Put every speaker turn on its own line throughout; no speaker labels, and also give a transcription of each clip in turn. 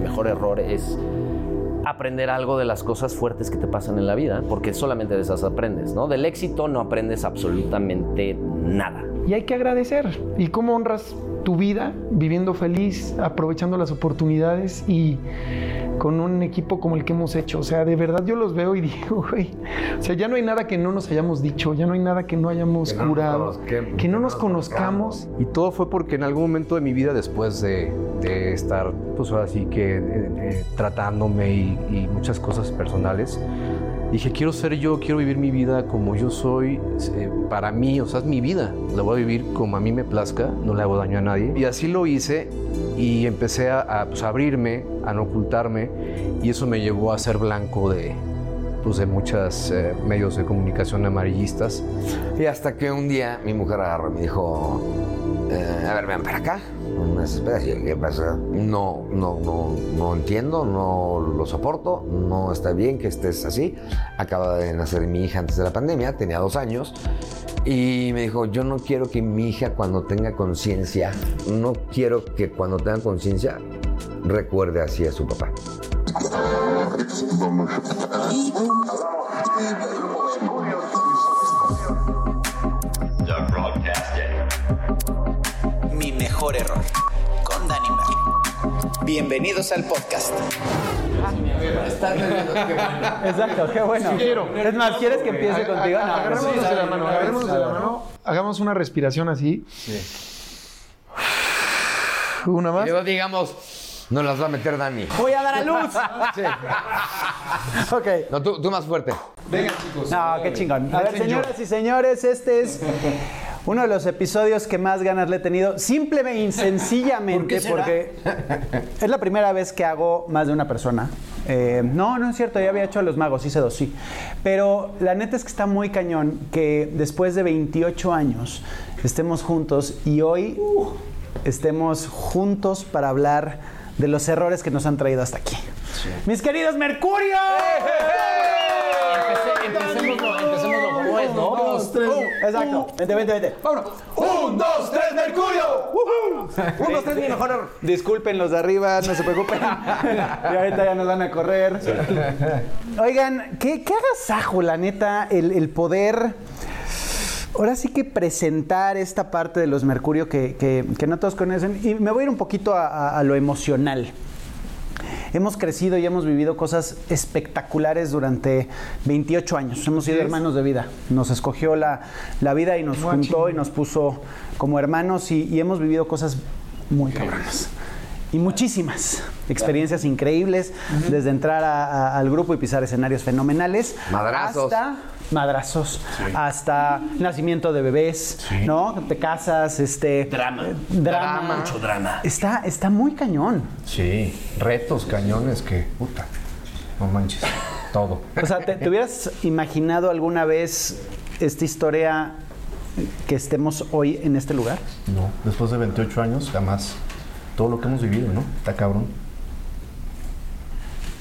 mejor error es aprender algo de las cosas fuertes que te pasan en la vida, porque solamente de esas aprendes, ¿no? Del éxito no aprendes absolutamente nada.
Y hay que agradecer. ¿Y cómo honras tu vida viviendo feliz, aprovechando las oportunidades y con un equipo como el que hemos hecho? O sea, de verdad yo los veo y digo, güey, o sea, ya no hay nada que no nos hayamos dicho, ya no hay nada que no hayamos
Que no nos
curado,
conozcamos,
que no
que
nos
no nos
conozcamos.
Y todo fue porque en algún momento de mi vida, después de, de estar, pues ahora sí que eh, eh, tratándome y, y muchas cosas personales, dije, quiero ser yo, quiero vivir mi vida como yo soy, eh, para mí, o sea, es mi vida, la voy a vivir como a mí me plazca, no le hago daño a nadie. Y así lo hice y empecé a, a, pues, abrirme, a no ocultarme, y eso me llevó a ser blanco de pues de muchos medios de comunicación amarillistas.
Y hasta que un día mi mujer agarró y me dijo, eh, a ver, ven para acá. Unas esperas. Y yo, ¿Qué pasa? No, no, no, no entiendo, no lo soporto, no está bien que estés así. Acaba de nacer mi hija antes de la pandemia, tenía dos años. Y me dijo, yo no quiero que mi hija cuando tenga conciencia, no quiero que cuando tenga conciencia recuerde así a su papá.
The Broadcasting.
Mi mejor error con Dani Merlin. Bienvenidos al podcast.
Exacto, qué bueno. Es más, ¿quieres que empiece contigo? No,
Agarrémonos
sí,
de la
sí,
mano,
sí,
agarrémonos
sí,
de la
sí.
mano, hagamos una respiración así. Una más.
Luego digamos, no las va a meter Dani.
Voy a dar a luz. Ok.
No, tú, tú más fuerte.
No, qué chingón. A ver, señoras y señores, este es uno de los episodios que más ganas le he tenido, simplemente y sencillamente porque es la primera vez que hago más de una persona. Eh, no, no es cierto, ya había hecho a los magos, hice dos, sí. Pero la neta es que está muy cañón que después de 28 años estemos juntos y hoy estemos juntos para hablar de los errores que nos han traído hasta aquí. Mis queridos Mercurio.
Empecé- empecémoslo- empecémoslo, pues, ¿no?
Un, dos, tres. Exacto. Vente, vente, vente. Uh. Vámonos. Un, dos, tres, Mercurio. Un, dos, tres, mi mejor error. Disculpen los de arriba, no se preocupen. y ahorita ya nos van a correr. Oigan, qué, qué agasajo, la neta, el, el poder. Ahora sí que presentar esta parte de los Mercurio que, que- que no todos conocen. Y me voy a ir un poquito a- a- a lo emocional. Hemos crecido y hemos vivido cosas espectaculares durante 28 años. Hemos sido hermanos de vida. Nos escogió la, la vida y nos juntó y nos puso como hermanos y, y hemos vivido cosas muy cabronas. Y muchísimas experiencias increíbles, desde entrar a- a- al grupo y pisar escenarios fenomenales.
Madrazos.
Hasta madrazos, hasta nacimiento de bebés, ¿no? Te casas, este...
Drama.
eh, Drama.
Mucho drama.
Está, está muy cañón.
Sí, retos, cañones que, puta, no manches, todo.
O sea, ¿te, te hubieras imaginado alguna vez esta historia que estemos hoy en este lugar?
No, después de 28 años, jamás. Todo lo que hemos vivido, ¿no? Está cabrón.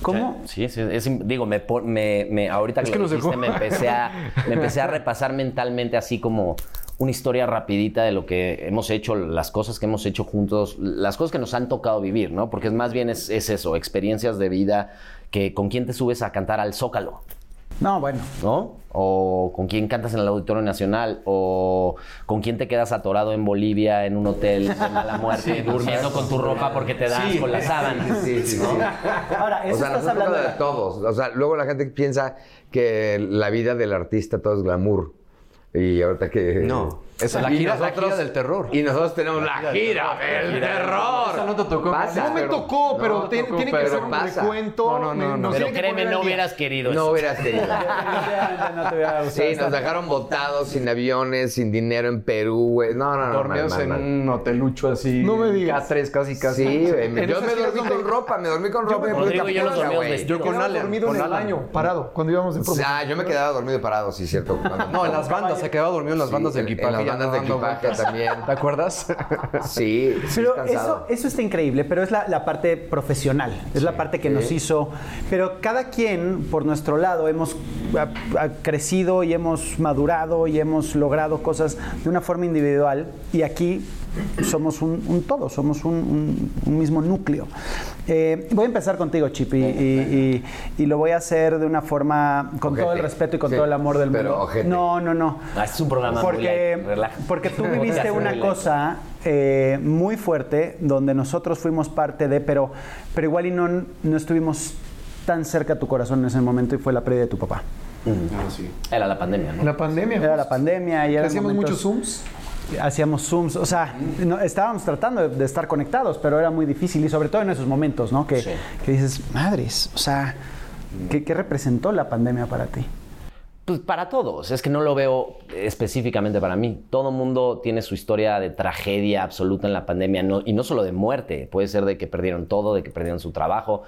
¿Cómo?
Sí, sí, es, im- digo, me, pon- me, me- ahorita que,
que
lo
nos
dijiste,
dejó.
me empecé, a, me empecé a repasar mentalmente así como una historia rapidita de lo que hemos hecho, las cosas que hemos hecho juntos, las cosas que nos han tocado vivir, ¿no? Porque es más bien es, es eso, experiencias de vida que con quién te subes a cantar al Zócalo,
No, bueno.
¿no? O con quién cantas en el Auditorio Nacional, o con quién te quedas atorado en Bolivia en un hotel de mala muerte, durmiendo con tu ropa porque te das con las sábanas.
Sí, sí, sí.
Ahora,
O
eso
sea, nos toca
estás hablando
de
de...
todos. O sea, luego la gente piensa que la vida del artista todo es glamour. Y ahorita que.
No, esa es la
Y
gira- la gira del terror.
Y nosotros tenemos la, gira del terror.
Esa no te tocó.
Pasa,
No me
tocó, pero
no
te- tiene que
pero
ser un
pasa.
recuento. Eh,
No, no, no,
Nos
no.
tiene
Pero
que
créeme,
poner al
no
día.
hubieras querido
No
eso.
hubieras tenido.
Definitivamente no te hubiera gustado
Sí,
esta-
nos dejaron botados, sin aviones, sin dinero en Perú, güey. No, no, no.
Dormidos
mal,
en
mal, mal.
un hotelucho así.
No me digas.
K3, casi, casi.
Sí, güey. me-
En
Yo
esas
me
giras
dormí
donde-
con ropa, me dormí con ropa.
me-
Rodrigo y yo nos
puta,
dormimos
güey.
vestidos.
Yo con
Quedaba
Alan.
dormido
con
en el
Alan.
baño, parado, cuando íbamos de
O sea, yo me quedaba dormido y parado, sí, cierto. cuando-
No, en las bandas, se quedaba dormido en las
Sí,
bandas de
en- en
equipaje.
las
ya
bandas de
dando
equipaje
vueltas.
también.
¿Te acuerdas?
Sí, sí, es
Pero
cansado.
eso, eso está increíble, pero es la, la parte profesional, es la parte que nos hizo. Pero cada quien, por nuestro lado, hemos ha- ha crecido y hemos madurado y hemos logrado cosas de una forma individual. Y aquí somos un, un todo, somos un, un- un mismo núcleo. Eh, voy a empezar contigo, Chip, y, y- y- y lo voy a hacer de una forma con todo el
Ojete.
respeto y con
Sí,
todo el amor del
pero
mundo.
ojete.
No, no, no.
Ah, es un programa muy
porque,
light, relaja.
porque tú
Podcast
viviste
muy
una
light.
cosa eh, muy fuerte donde nosotros fuimos parte de, pero, pero igual y no, no estuvimos tan cerca a tu corazón en ese momento y fue la pérdida de tu papá.
Era la pandemia, ¿no?
La pandemia.
Era la
justo.
pandemia y
Que
eran
Hacíamos
momentos-
muchos Zooms.
Hacíamos Zooms, o sea, no- estábamos tratando de, de estar conectados, pero era muy difícil y sobre todo en esos momentos, ¿no? Que,
Sí.
que dices, madres, o sea, ¿qué, qué representó la pandemia para ti?
Pues para todos, es que no lo veo específicamente para mí. Todo mundo tiene su historia de tragedia absoluta en la pandemia, no- y no solo de muerte, puede ser de que perdieron todo, de que perdieron su trabajo,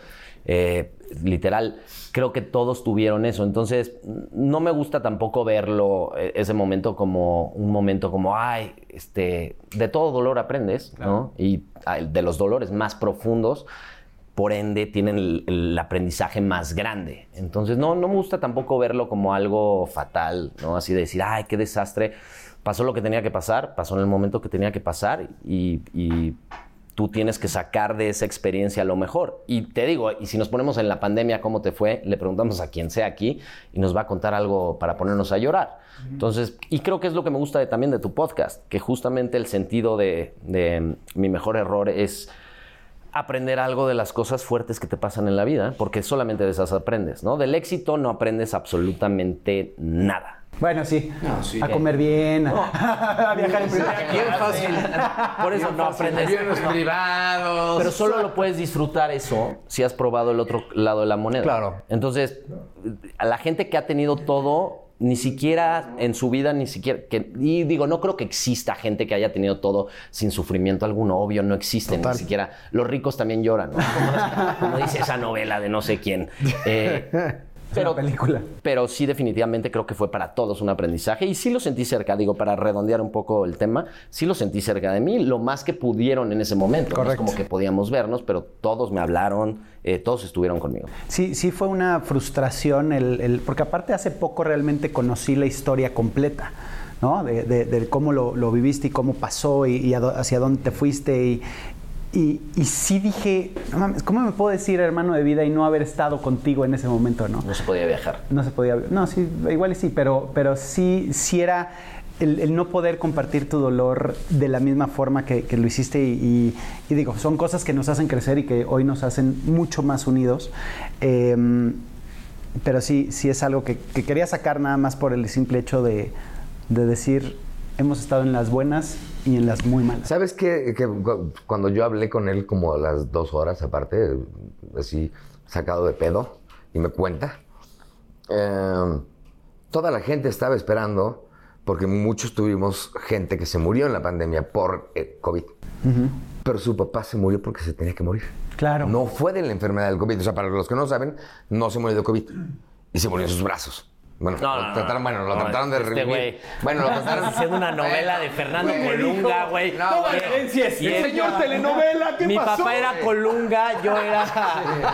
eh, literal, creo que todos tuvieron eso, entonces no me gusta tampoco verlo, eh, ese momento como un momento como, ay, este, de todo dolor aprendes, ¿no? Y ay, de los dolores más profundos, por ende tienen el, el aprendizaje más grande. Entonces, no, no me gusta tampoco verlo como algo fatal, ¿no? Así de decir, ay, qué desastre. Pasó lo que tenía que pasar, pasó en el momento que tenía que pasar y, y tú tienes que sacar de esa experiencia lo mejor. Y te digo, y si nos ponemos en la pandemia, ¿cómo te fue? Le preguntamos a quien sea aquí y nos va a contar algo para ponernos a llorar. Entonces, y creo que es lo que me gusta de- también de tu podcast, que justamente el sentido de, de mm, mi mejor error es aprender algo de las cosas fuertes que te pasan en la vida, porque solamente de esas aprendes, ¿no? Del éxito no aprendes absolutamente nada.
Bueno, sí, a comer bien, a, a viajar en primera clase.
Por eso no aprendes.
privados.
Pero solo lo puedes disfrutar eso si has probado el otro lado de la moneda.
Claro.
Entonces, a la gente que ha tenido todo, ni siquiera en su vida, ni siquiera. Que, y digo, no creo que exista gente que haya tenido todo sin sufrimiento alguno. Obvio, no existe ni siquiera. Los ricos también lloran, ¿no? Como, como dice esa novela de no sé quién. Eh, pero,
película.
pero sí, definitivamente creo que fue para todos un aprendizaje y sí lo sentí cerca, digo, para redondear un poco el tema, sí lo sentí cerca de mí, lo más que pudieron en ese momento. No es como que podíamos vernos, pero todos me hablaron, eh, todos estuvieron conmigo.
Sí, sí fue una frustración, el, el- porque aparte hace poco realmente conocí la historia completa, ¿no? De, de- de cómo lo, lo viviste y cómo pasó y, y a dó- hacia dónde te fuiste y, y- y sí dije, no mames, ¿cómo me puedo decir hermano de vida y no haber estado contigo en ese momento, no?
No se podía viajar.
No se podía, no, sí, igual y sí, pero, pero sí, sí era el, el no poder compartir tu dolor de la misma forma que, que lo hiciste y, y- y digo, son cosas que nos hacen crecer y que hoy nos hacen mucho más unidos. Em, pero sí, sí es algo que, que quería sacar nada más por el simple hecho de, de decir, hemos estado en las buenas y en las muy malas.
¿Sabes qué? Que cu- cuando yo hablé con él como a las dos horas aparte, así sacado de pedo, y me cuenta, eh, toda la gente estaba esperando, porque muchos tuvimos gente que se murió en la pandemia por eh, COVID. Pero su papá se murió porque se tenía que morir.
Claro.
No fue de la enfermedad del COVID. O sea, para los que no saben, no se murió de COVID. Y se murió en sus brazos. Bueno,
No,
lo
no, no,
trataron,
no.
bueno, lo
No,
trataron de
este
revivir.
güey.
Bueno, lo trataron.
Estás haciendo una novela de Fernando Colunga, güey.
No, güey.
Y es-
Señor telenovela, ¿qué
Mi
pasó?
papá era Colunga, yo era,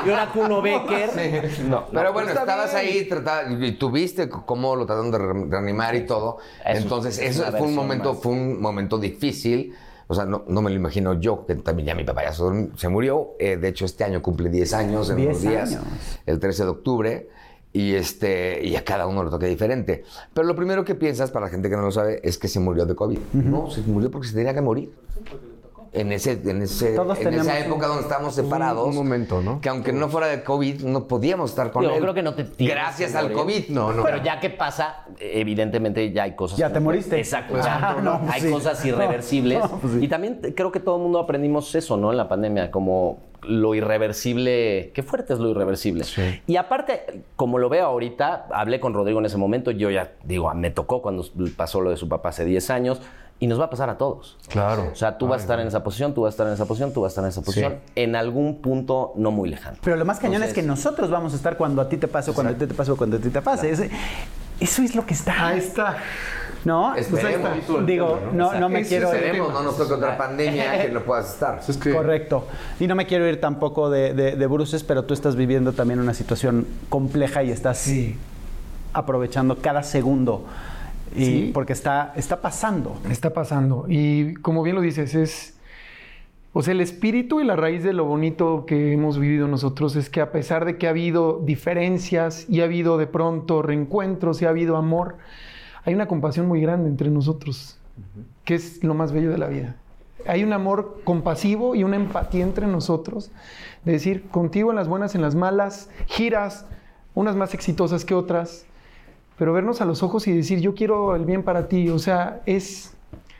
yo era Kuno Becker.
No, pero bueno, estabas ahí trataba- y tuviste c- cómo lo trataron de re- reanimar y todo.
Eso
Entonces,
es
eso
una
fue un
versión
momento,
más.
fue un momento difícil. O sea, no, no me lo imagino yo, que también ya mi papá ya se- se murió. Eh, de hecho, este año cumple 10 años en
10
unos días,
años.
el 13 de octubre. Y, este, y a cada uno le toca diferente. Pero lo primero que piensas, para la gente que no lo sabe, es que se murió de COVID. No, se murió porque se tenía que morir. En, ese, en, ese,
Todos
en esa
tenemos un-
época donde estábamos separados.
un momento, ¿no?
Que aunque no fuera de COVID, no podíamos estar con
Digo,
él.
creo que no te tienes
Gracias
que
al
morir.
COVID, no, no.
Pero ya que pasa, evidentemente ya hay cosas.
Ya te moriste.
Exacto.
Pues,
ya
ah, no, pues
hay
sí.
cosas irreversibles.
No, pues sí.
Y también te- creo que todo el mundo aprendimos eso, ¿no? En la pandemia, como lo irreversible. Qué fuerte es lo irreversible. Y aparte, como lo veo ahorita, hablé con Rodrigo en ese momento. Yo ya digo, ah, me tocó cuando pasó lo de su papá hace 10 años. Y nos va a pasar a todos.
Claro.
O sea, tú vas a estar en esa posición, tú vas a estar en esa posición, tú vas a estar en esa posición. En algún punto no muy lejano.
Pero lo más cañón es que nosotros vamos a estar cuando a ti te pase, o cuando a ti te pase, o cuando a ti te pase. Ese- eso es lo que está.
Ahí está.
¿no?
Esperemos.
Pues ahí está. Digo, no, no me
Ese
quiero
Esperemos, no nos toque otra pandemia que no puedas estar.
Es que
Correcto. Y no me quiero ir tampoco de, de- de bruces, pero tú estás viviendo también una situación compleja y estás aprovechando cada segundo Y
Sí.
Porque está, está pasando.
Está pasando. Y como bien lo dices, es. O sea, el espíritu y la raíz de lo bonito que hemos vivido nosotros es que a pesar de que ha habido diferencias y ha habido de pronto reencuentros y ha habido amor, hay una compasión muy grande entre nosotros, que es lo más bello de la vida. Hay un amor compasivo y una empatía entre nosotros, de decir, contigo en las buenas, en las malas, giras, unas más exitosas que otras, pero vernos a los ojos y decir yo quiero el bien para ti, o sea, es,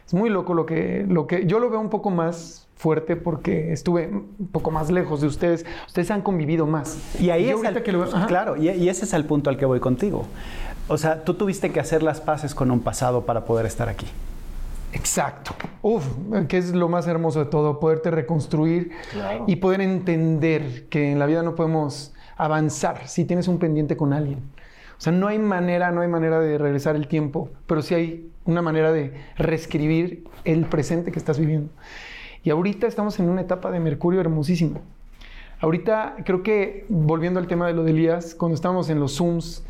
es muy loco lo que, lo que yo lo veo un poco más fuerte porque estuve un poco más lejos de ustedes, ustedes han convivido más.
Y ahí
yo
es
ahorita
al-
que lo veo- ajá.
claro, y, y ese es el punto al que voy contigo. O sea, tú tuviste que hacer las paces con un pasado para poder estar aquí.
Exacto. Uf, que es lo más hermoso de todo, poderte reconstruir y poder entender que en la vida no podemos avanzar si tienes un pendiente con alguien. O sea, no hay manera, no hay manera de regresar el tiempo, pero sí hay una manera de reescribir el presente que estás viviendo. Y ahorita estamos en una etapa de Mercurio hermosísimo. Ahorita creo que, volviendo al tema de lo de Elías, cuando estábamos en los Zooms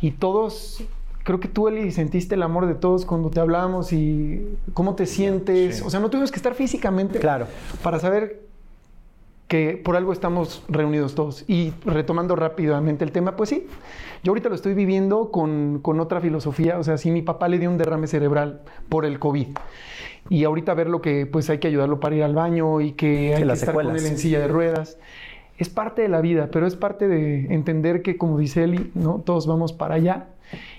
y todos, creo que tú, Eli, sentiste el amor de todos cuando te hablábamos y cómo te sientes. O sea, no tuvimos que estar físicamente
Claro.
para saber que por algo estamos reunidos todos. Y retomando rápidamente el tema, pues sí, yo ahorita lo estoy viviendo con, con otra filosofía. O sea, sí, mi papá le dio un derrame cerebral por el COVID. Y ahorita ver lo que, pues hay que ayudarlo para ir al baño y que hay
las
que estar con
secuelas.
él en silla de ruedas. Es parte de la vida, pero es parte de entender que, como dice Eli, ¿no? todos vamos para allá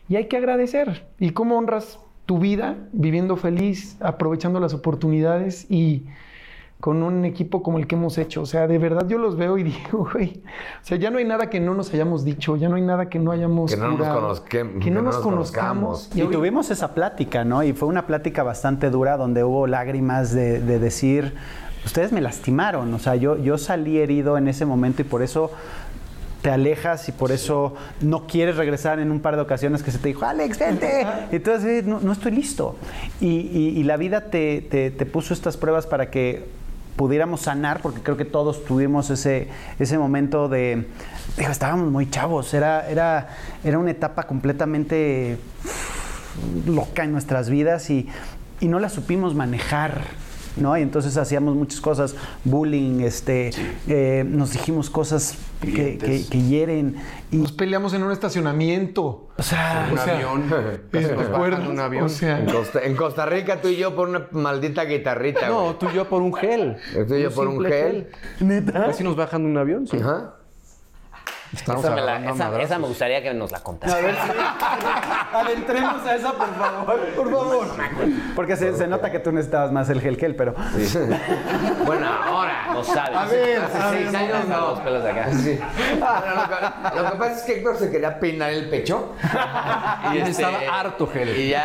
y hay que agradecer. ¿Y cómo honras tu vida viviendo feliz, aprovechando las oportunidades y con un equipo como el que hemos hecho. O sea, de verdad yo los veo y digo, güey, o sea, ya no hay nada que no nos hayamos dicho, ya no hay nada que no hayamos
Que no nos
curado,
conozca-
que no nos conozcamos.
Y
ahorita-
tuvimos esa plática, ¿no? Y fue una plática bastante dura donde hubo lágrimas de, de decir, ustedes me lastimaron, o sea, yo, yo salí herido en ese momento y por eso te alejas y por eso no quieres regresar en un par de ocasiones que se te dijo, Alex, vente. Entonces, eh, no, no estoy listo. Y, y- y la vida te, te- te puso estas pruebas para que pudiéramos sanar, porque creo que todos tuvimos ese, ese momento de, digo, estábamos muy chavos, era, era, era una etapa completamente loca en nuestras vidas y, y no la supimos manejar. ¿No? Y entonces hacíamos muchas cosas, bullying, este, eh, nos dijimos cosas que, que- que hieren. Y,
Nos peleamos en un estacionamiento.
o sea,
Un
O sea,
avión.
¿te
Nos bajan
acuerdas?
un avión.
O sea-
en, Costa, en Costa Rica tú y yo por una maldita guitarrita.
No,
güey.
tú y yo por un gel.
Tú y yo por un
simple
gel.
neta.
Casi nos bajan de un avión. sí.
Ajá.
Estamos
Esa me, la-
agarrando a
esa-
madrazos.
esa me gustaría que nos la contara.
Adentremos a esa, por favor, por favor. Porque se, se nota que tú necesitabas más el gel gel, pero.
Bueno, ahora lo sabes.
A ver,
Hace
a
seis
ver,
años
no,
no,
no.
los pelos de acá.
Sí. Bueno, lo, que, lo que pasa es que Héctor se quería peinar el pecho.
Ah,
Y estaba harto gel.
este, Y ya.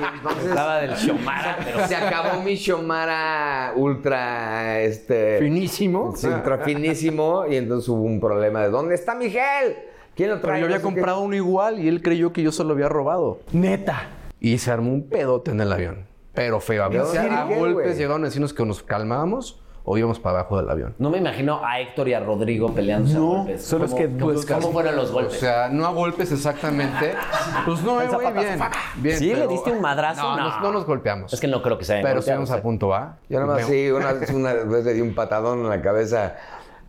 y entonces
Estaba del Xiomara, pero
se acabó mi Shomara ultra. Este,
Finísimo.
sí, ultra finísimo. Y entonces hubo un problema de: ¿dónde está mi gel? ¿Quién lo
Pero
trae?
yo había
No sé qué.
comprado uno igual y él creyó que yo se lo había robado.
Neta.
Y se armó un pedote en el avión. Pero feo. Había
¿En serio,
a
güey?
golpes llegaron a decirnos que nos calmábamos o íbamos para abajo del avión.
No me imagino a Héctor y a Rodrigo peleándose a
No,
golpes.
son los
¿Cómo-
que-
¿Cómo,
pues,
cómo fueron los golpes?
O sea, no a golpes exactamente. Pues no, eh, güey, bien, bien.
¿Sí? ¿Le
pero-
diste un madrazo?
No,
No.
nos- no nos golpeamos.
es que no creo que se hayan
Pero
golpeado,
estuvimos a punto A.
Yo nada más
Me-
sí, una, una vez le di un patadón en la cabeza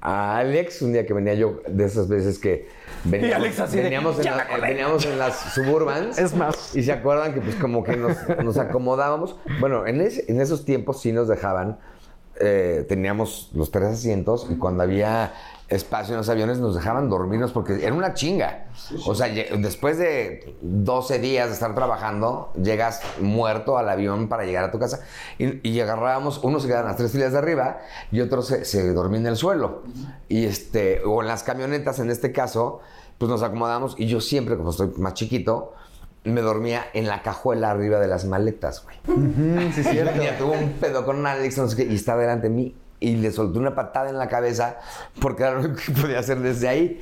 a Alex, un día que venía yo, de esas veces que veníamos,
Alex así de,
veníamos, en,
"Ya
la-
me acordé".
veníamos en las suburbans.
Es más.
Y se acuerdan que pues como que nos, nos acomodábamos. Bueno, en, ese- en esos tiempos sí nos dejaban, eh, teníamos los tres asientos y cuando había espacio en los aviones nos dejaban dormirnos porque era una chinga. O sea, lle- después de 12 días de estar trabajando, llegas muerto al avión para llegar a tu casa y, y agarrábamos, unos se quedaban las tres filas de arriba y otros se, se dormían en el suelo. Y este, o en las camionetas en este caso, pues nos acomodamos y yo siempre, como estoy más chiquito, me dormía en la cajuela arriba de las maletas, güey.
Sí,
Y un día tuve un pedo con Alex, no sé qué, y está delante de mí. Y le solté una patada en la cabeza porque era lo único que podía hacer desde ahí.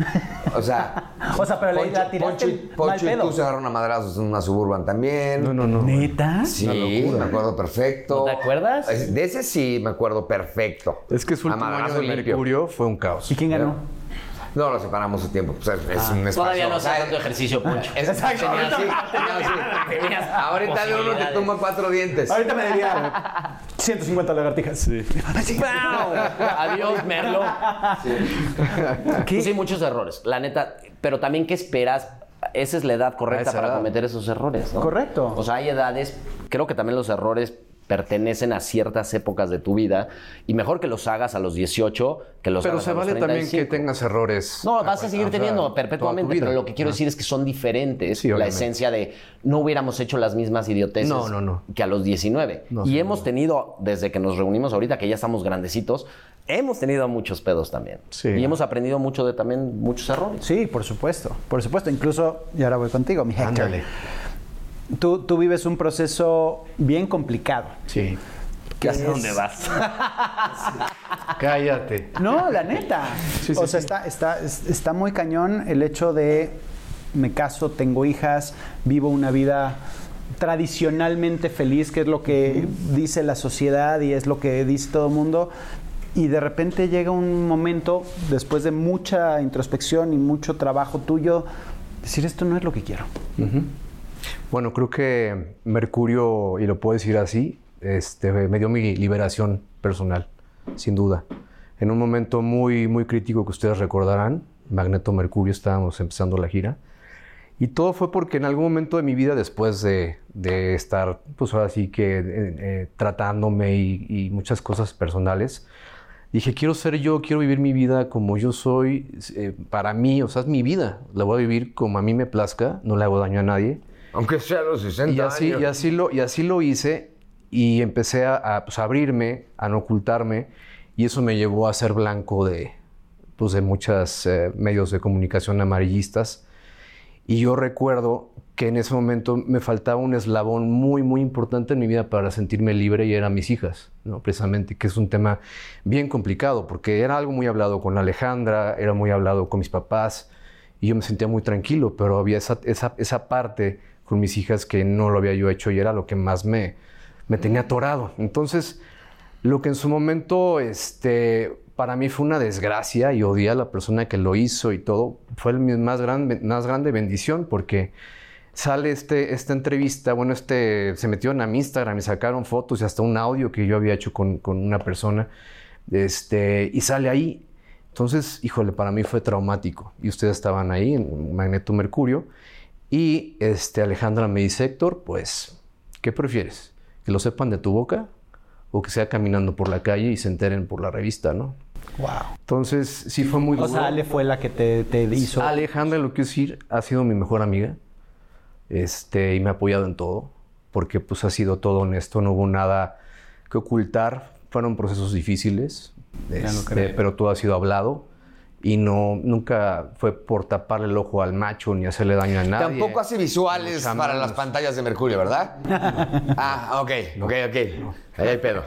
O sea,
O sea, pero la-
Poncho,
la tiraste
Poncho y-
mal
Poncho y
pedo.
tú se agarraron a madrazos en una Suburban también.
No, no, no.
Neta.
Sí, me acuerdo perfecto.
¿No te acuerdas?
Es- De ese sí me acuerdo perfecto.
Es que su
A
último año
madrazo
de
limpio.
Mercurio fue un caos.
¿Y quién ganó?
No, lo separamos a tiempo. O sea, es un espacio.
Ah. Todavía no
o
hace
sea,
tanto ejercicio, Punch.
es-
Exacto,
tenía-
ahorita-
sí, tenía- sí.
Tenías
Ahorita de uno te
posibilidades.
tumba cuatro dientes.
Ahorita me diría 150 lagartijas. Sí.
¡Pau! Adiós, Merlo. Sí. sí, muchos errores, la neta. Pero también, ¿qué esperas? Esa es la edad correcta
esa
para
edad.
cometer esos errores, ¿no?
Correcto.
O sea, hay edades, creo que también los errores pertenecen a ciertas épocas de tu vida y mejor que los hagas a los 18 que los
Pero
hagas
se
a los
vale también que
35.
tengas errores.
No, vas a
O
seguir
sea,
teniendo
toda tu
perpetuamente,
vida.
pero lo que quiero
Ah.
decir es que son diferentes
Sí,
la
obviamente.
esencia de no hubiéramos hecho las mismas idioteces
No, no, no.
que a los 19.
No,
y
sí,
hemos tenido, desde que nos reunimos ahorita, que ya estamos grandecitos, hemos tenido muchos pedos también.
Sí.
Y hemos aprendido mucho de también muchos errores.
Sí, por supuesto, por supuesto. Incluso, y ahora voy contigo, mi Héctor.
Ándale.
Tú, tú vives un proceso bien complicado.
Sí.
¿Qué hacia dónde vas?
Cállate.
No, la neta. o sea, Está, está, es- está muy cañón el hecho de me caso, tengo hijas, vivo una vida tradicionalmente feliz, que es lo que dice la sociedad y es lo que dice todo el mundo. Y de repente llega un momento, después de mucha introspección y mucho trabajo tuyo, decir esto no es lo que quiero.
Bueno, creo que Mercurio, y lo puedo decir así, este, me dio mi liberación personal, sin duda. En un momento muy, muy crítico que ustedes recordarán, Magneto Mercurio, estábamos empezando la gira. Y todo fue porque en algún momento de mi vida, después de, de estar, pues ahora sí que eh, eh, tratándome y, y muchas cosas personales, dije, quiero ser yo, quiero vivir mi vida como yo soy, eh, para mí, o sea, es mi vida, la voy a vivir como a mí me plazca, no le hago daño a nadie.
Aunque sea a los 60
Y así,
años.
y así lo, y así lo hice y empecé a, a, pues, abrirme, a no ocultarme y eso me llevó a ser blanco de, pues, de muchos medios de comunicación amarillistas. Y yo recuerdo que en ese momento me faltaba un eslabón muy, muy importante en mi vida para sentirme libre y eran mis hijas, ¿no? precisamente, que es un tema bien complicado, porque era algo muy hablado con Alejandra, era muy hablado con mis papás, y yo me sentía muy tranquilo, pero había esa, esa, esa parte con mis hijas que no lo había yo hecho y era lo que más me, me tenía atorado. Entonces, lo que en su momento, este, para mí fue una desgracia y odié a la persona que lo hizo y todo, fue el- mi más, gran, más grande bendición porque sale este, esta entrevista, bueno, este, se metieron a mi Instagram y sacaron fotos y hasta un audio que yo había hecho con, con una persona, este, y sale ahí. Entonces, híjole, para mí fue traumático. Y ustedes estaban ahí en Magneto Mercurio. Y este, Alejandra me dice, Héctor, pues, ¿qué prefieres? ¿Que lo sepan de tu boca o que sea caminando por la calle y se enteren por la revista, ¿no?
Wow.
Entonces, sí fue muy
O
duro.
sea, Ale fue la que te, te hizo.
Alejandra, lo que decir, ha sido mi mejor amiga. Este, y me ha apoyado en todo. Porque pues ha sido todo honesto, no hubo nada que ocultar. Fueron procesos difíciles. este, pero todo ha sido hablado. Y no, nunca fue por taparle el ojo al macho ni hacerle daño a nadie.
Tampoco hace visuales
Los
para las
chamanes.
pantallas de Mercurio, ¿verdad? ah, ok, ok, ok. Ahí hay pedo.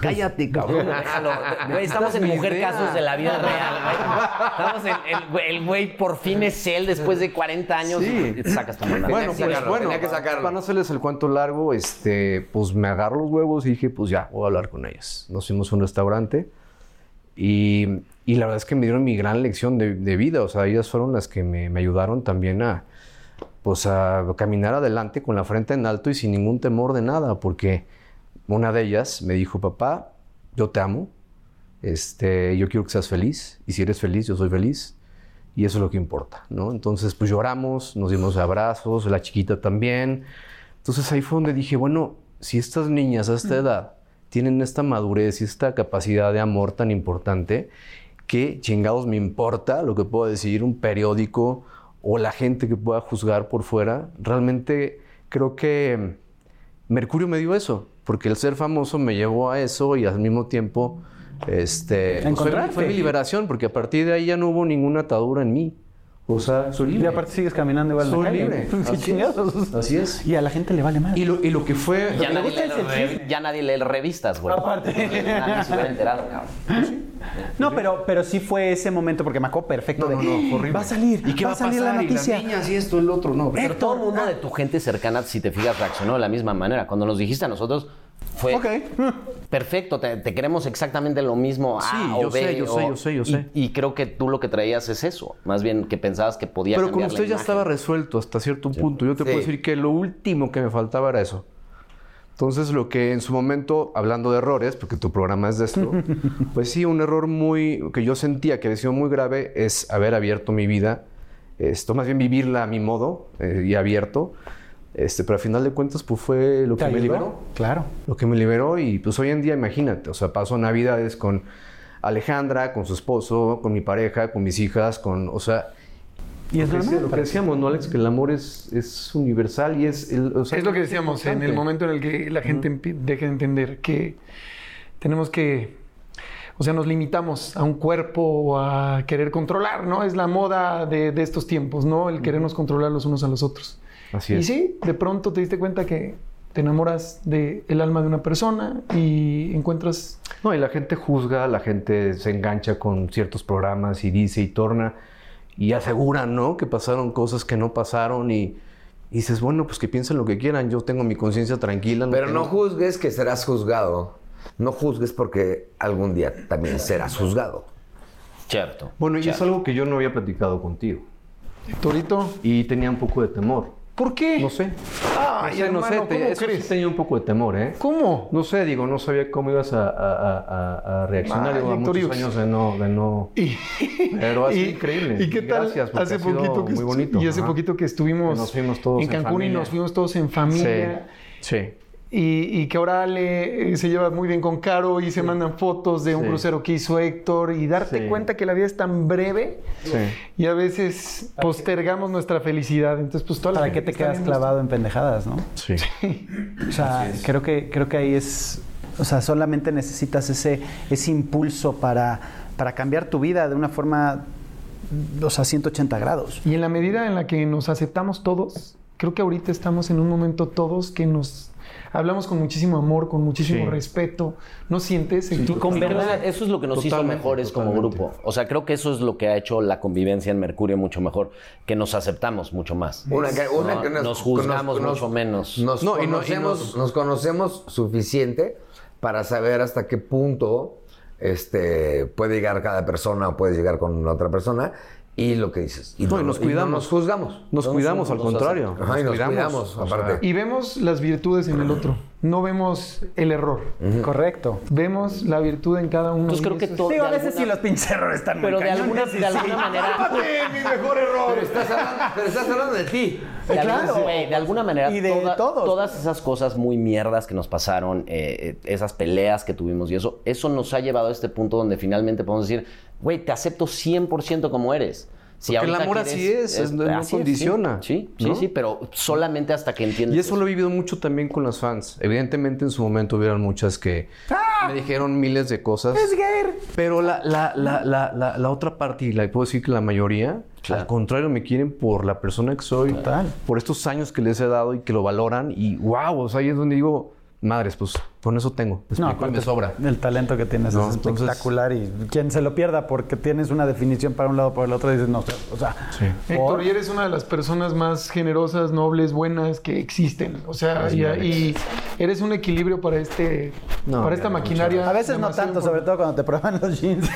Cállate, cabrón. déjalo. Ah, Güey, estamos en mujer casos de la vida real, güey. Estamos en el güey- el güey por fin es él después de 40 años.
Sí.
Sacas tu mano.
Bueno, pues
que sacarlo,
bueno,
tenía que sacarlo.
para no hacerles el cuento largo, este, pues me agarro los huevos y dije, pues ya, voy a hablar con ellas. Nos fuimos a un restaurante y, y la verdad es que me dieron mi gran lección de, de vida. O sea, ellas fueron las que me, me ayudaron también a, pues a caminar adelante con la frente en alto y sin ningún temor de nada, porque una de ellas me dijo, papá, yo te amo, este, yo quiero que seas feliz, y si eres feliz, yo soy feliz, y eso es lo que importa, ¿no? Entonces, pues lloramos, nos dimos abrazos, la chiquita también. Entonces ahí fue donde dije, bueno, si estas niñas a esta edad tienen esta madurez y esta capacidad de amor tan importante, ¿qué chingados me importa lo que pueda decir un periódico o la gente que pueda juzgar por fuera? Realmente creo que Mercurio me dio eso, porque el ser famoso me llevó a eso y al mismo tiempo este, pues, fue, mi-
encontrarte.
fue mi liberación, porque a partir de ahí ya no hubo ninguna atadura en mí. O sea, soy
Y
libre.
aparte sigues caminando igual en la
Soy
calle.
libre.
Qué
Así es.
chingados.
Así es.
Y a la gente le vale más.
Y lo, y lo que fue...
Ya
Me
nadie,
gusta
lee
el
las revi- ya nadie lee revistas, güey.
Aparte.
Nadie se hubiera enterado, cabrón.
No, pero, pero sí fue ese momento porque me acuerdo perfecto.
No, no,
de, "¡Ah!
no, horrible.
Va a salir,
¿Y qué
va, a
va a
salir la
pasar? Y las
noticia. Eh,
niñas y esto, el otro, no. ah.
Pero todo el mundo de tu gente cercana, si te fijas, reaccionó de la misma manera. Cuando nos dijiste a nosotros, Fue perfecto, te, te queremos exactamente lo mismo.
Sí,
A
yo
o B,
sé, yo
o-
sé, yo sé, yo
y-
sé.
Y, creo que tú lo que traías es eso. Más bien que pensabas que podía
Pero con
cambiar la
usted ya
imagen.
estaba resuelto hasta cierto punto. Yo te
Sí.
puedo decir que lo último que me faltaba era eso. Entonces, lo que en su momento, hablando de errores, porque tu programa es de esto, pues sí, un error muy que yo sentía que había sido muy grave es haber abierto mi vida, esto más bien vivirla a mi modo eh, y abierto. Este, pero al final de cuentas, pues fue lo que
¿Te
me
ayudó?
liberó
Claro.
lo que me liberó y pues hoy en día imagínate, o sea, paso navidades con Alejandra, con su esposo, con mi pareja, con mis hijas, con, o sea...
Y es
lo que decía-
normal,
lo que
pero-
decíamos, ¿no, Alex? Que el amor es, es universal y es... el- o sea,
Es lo que decíamos, en el
importante.
momento en el que la gente empi- deje de entender que tenemos que, o sea, nos limitamos a un cuerpo o a querer controlar, ¿no? Es la moda de, de estos tiempos, ¿no? El querernos controlar los unos a los otros.
Así
y
es.
sí, de pronto te diste cuenta que te enamoras del alma de una persona y encuentras...
No, y la gente juzga, la gente se engancha con ciertos programas y dice y torna y asegura, ¿no? Que pasaron cosas que no pasaron y... y dices, bueno, pues que piensen lo que quieran, yo tengo mi conciencia tranquila.
Pero
tengo-
no juzgues que serás juzgado. No juzgues porque algún día también serás juzgado.
Cierto.
Bueno, y es algo que yo no había platicado contigo.
Torito,
y tenía un poco de temor.
¿por qué?
No sé.
Ay,
O sea, no
hermano,
sé,
¿cómo
te- eso sí
crees?
tenía un poco de temor, ¿eh?
¿Cómo?
No sé, digo, no sabía cómo ibas a, a- a- a- a reaccionar.
Ay,
Llevaba
Héctor
muchos
Ives.
años de no... De no...
Y-
Pero ha sido
y-
increíble.
¿Y qué tal?
Gracias, porque
hace
ha sido
poquito que
muy
estu-
bonito.
Y hace
Ajá.
poquito que estuvimos
Que nos fuimos todos
en
en
Cancún y
familia.
nos fuimos todos en
Sí,
familia.
sí.
Y, y que ahora Ale eh, se lleva muy bien con Caro y se mandan fotos de un
Sí.
crucero que hizo Héctor y darte
Sí.
cuenta que la vida es tan breve
Sí.
y a veces postergamos nuestra felicidad. Entonces, pues toda la
¿Para qué
gente
te
está
quedas
bien
clavado en pendejadas, no?
Sí.
O sea, creo que, creo que ahí es. O sea, solamente necesitas ese, ese impulso para, para cambiar tu vida de una forma. O sea, 180 grados.
Y en la medida en la que nos aceptamos todos, creo que ahorita estamos en un momento todos que nos hablamos con muchísimo amor, con muchísimo
Sí.
respeto. ¿No sientes? el
Tú, con verdad, eso es lo que nos
Totalmente,
hizo mejores como
totalmente.
grupo. O sea, creo que eso es lo que ha hecho la convivencia en Mercurio mucho mejor, que nos aceptamos mucho más.
Una que, una
No,
que
nos juzgamos mucho menos.
Nos,
No, y no- y
conocemos,
nos-
nos conocemos suficiente para saber hasta qué punto este, puede llegar cada persona o puede llegar con otra persona. Y lo que dices.
No, y nos cuidamos.
nos juzgamos.
Nos
No
cuidamos, al contrario.
aceptamos. Ajá, y nos cuidamos,
o sea,
aparte.
Y vemos las virtudes en el otro, no vemos el error.
Correcto.
Vemos la virtud en cada uno.
Entonces
y
creo que
eso es-
todo.
Digo,
de
a veces sí
alguna-
los pinches errores están muy
Pero de
cañones,
alguna, de alguna manera.
Pero estás hablando, pero estás hablando de ti.
De alguna, güey, de alguna manera,
Y de
toda-
todos.
todas esas cosas muy mierdas que nos pasaron, eh, eh, esas peleas que tuvimos y eso, eso nos ha llevado a este punto donde finalmente podemos decir, güey, te acepto 100% como eres. Si
Porque el
ahorita
amor así es, es- no- no
así
condiciona,
Sí, sí,
¿no?
sí, pero solamente hasta que entiendes.
Y eso lo he vivido mucho también con las fans. Evidentemente en su momento hubieron muchas que me dijeron miles de cosas. Pero la, la, la, la, la, la otra parte, y la puedo decir que la mayoría, al contrario, me quieren por la persona que soy, por estos años que les he dado y que lo valoran. Y wow, o sea, ahí es donde digo, madres, pues con eso tengo. ¿Me explico? Y
aparte
me sobra.
El talento que tienes
No,
es
entonces-
espectacular y quien se lo pierda porque tienes una definición para un lado o para el otro dices, no, o sea,
Héctor, y eres una de las personas más generosas, nobles, buenas que existen. O sea, y, y eres un equilibrio para este,
No,
para esta
mira,
maquinaria.
a veces no
demasiado
tanto, sobre todo cuando te prueban los jeans.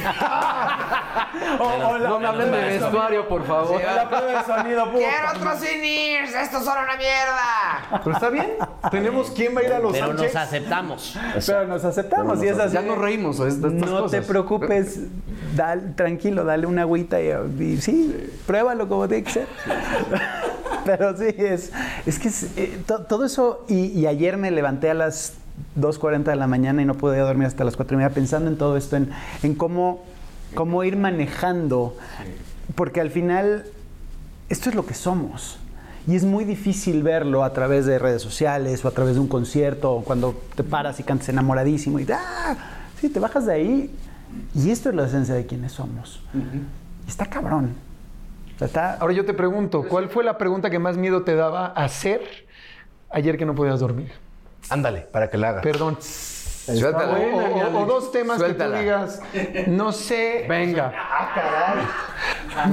No me hablen de vestuario, por favor.
¡Quiero otros sinirs! ¡Estos son una mierda!
Pero está bien. Tenemos quién va a ir a los
Pero nos
Sánchez.
aceptamos.
Pero nos aceptamos y es
pues,
así.
Ya nos reímos. es de estas
no
cosas.
te preocupes, dal- tranquilo, dale una agüita y, y sí, pruébalo como tiene que ser. Pero sí, es, es que es, eh, to- todo eso, y, y ayer me levanté a las 2.40 de la mañana y no podía dormir hasta las 4 y media pensando en todo esto, en, en cómo, cómo ir manejando, porque al final esto es lo que somos. Y es muy difícil verlo a través de redes sociales o a través de un concierto o cuando te paras y cantas enamoradísimo y ¡ah! Sí, te bajas de ahí. Y esto es la esencia de quienes somos. Y Está cabrón. O sea, está-
Ahora yo te pregunto, ¿cuál fue la pregunta que más miedo te daba hacer ayer que no podías dormir?
Ándale, para que la haga.
Perdón.
Suéltala.
O, o- o- o dos temas
Suéltala.
que tú digas, no sé. Venga.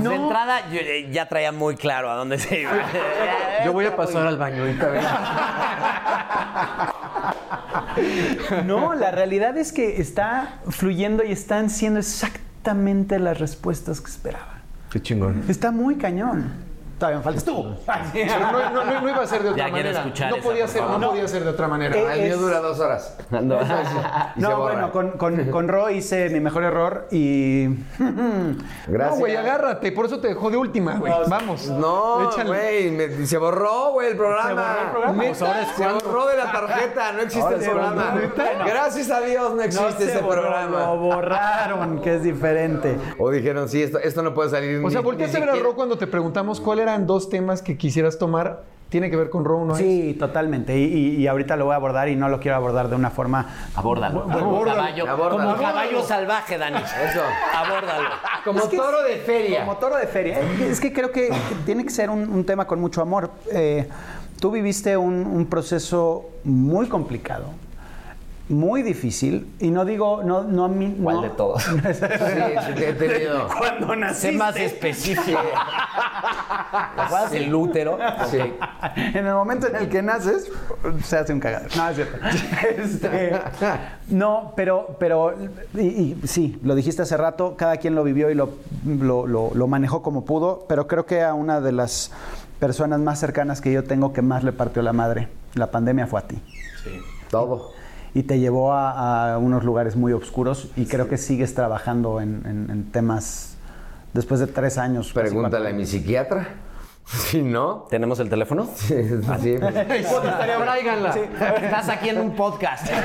De entrada, yo, eh, ya traía muy claro a dónde se iba.
Yo voy a pasar al baño ahorita. ven.
No, la realidad es que está fluyendo y están siendo exactamente las respuestas que esperaba.
Qué chingón.
Está muy cañón. Todavía me faltas tú.
Pero no, no- no- no iba a ser de otra
Ya quiero
manera.
escuchar
No
esa,
podía
por
ser, no
favor.
podía ser de otra manera.
Eh,
El mío
es-
dura dos horas.
No.
Y se borra.
No, bueno, con, con, con Ro hice mi mejor error y.
Gracias.
No, güey, agárrate. Por eso te dejó de última, güey. Vamos.
No,
Échale.
güey, me- se borró, güey, el programa. Se borró,
Pues ahora es
de la tarjeta, no existe el
se
programa.
borró, ¿neta?
Gracias a Dios no
No
existe
se
ese
borró, Lo
programa.
borraron, que es diferente.
O dijeron, sí, esto, esto no puede salir.
O sea,
ni-
volteaste a
ni
ver a
siquiera.
Ro cuando te preguntamos cuáles eran dos temas que quisieras tomar. Tiene que ver con Ro, ¿no?
Sí, totalmente. Y, y- y ahorita lo voy a abordar y no lo quiero abordar de una forma.
Abórdalo. Como un caballo,
abórdalo.
como un caballo salvaje, Dani.
Eso.
Abórdalo.
Como
Es que-
toro de feria.
Como toro de feria. Eh, Es que creo que tiene que ser un, un tema con mucho amor. Eh, tú viviste un, un proceso muy complicado, muy difícil, y no digo, no, no a mí.
¿Cuál
no-
de todos?
Sí, sí, te he tenido.
Cuando
Sé
naciste.
más específico. ¿Cuál es el útero?
Sí.
Ok.
en el momento en el que naces, se hace un cagado. No, es cierto. Este, no, pero, pero y, y sí, lo dijiste hace rato, cada quien lo vivió y lo, lo- lo- lo manejó como pudo, pero creo que a una de las personas más cercanas que yo tengo que más le partió la madre, la pandemia fue a ti.
Todo.
Y te llevó a, a unos lugares muy oscuros y creo que sigues trabajando en, en- en temas después de tres años. casi
Pregúntale a
cuatro.
mi psiquiatra. Si no.
¿Tenemos el teléfono?
Sí, Pues sí.
Estás aquí en un podcast.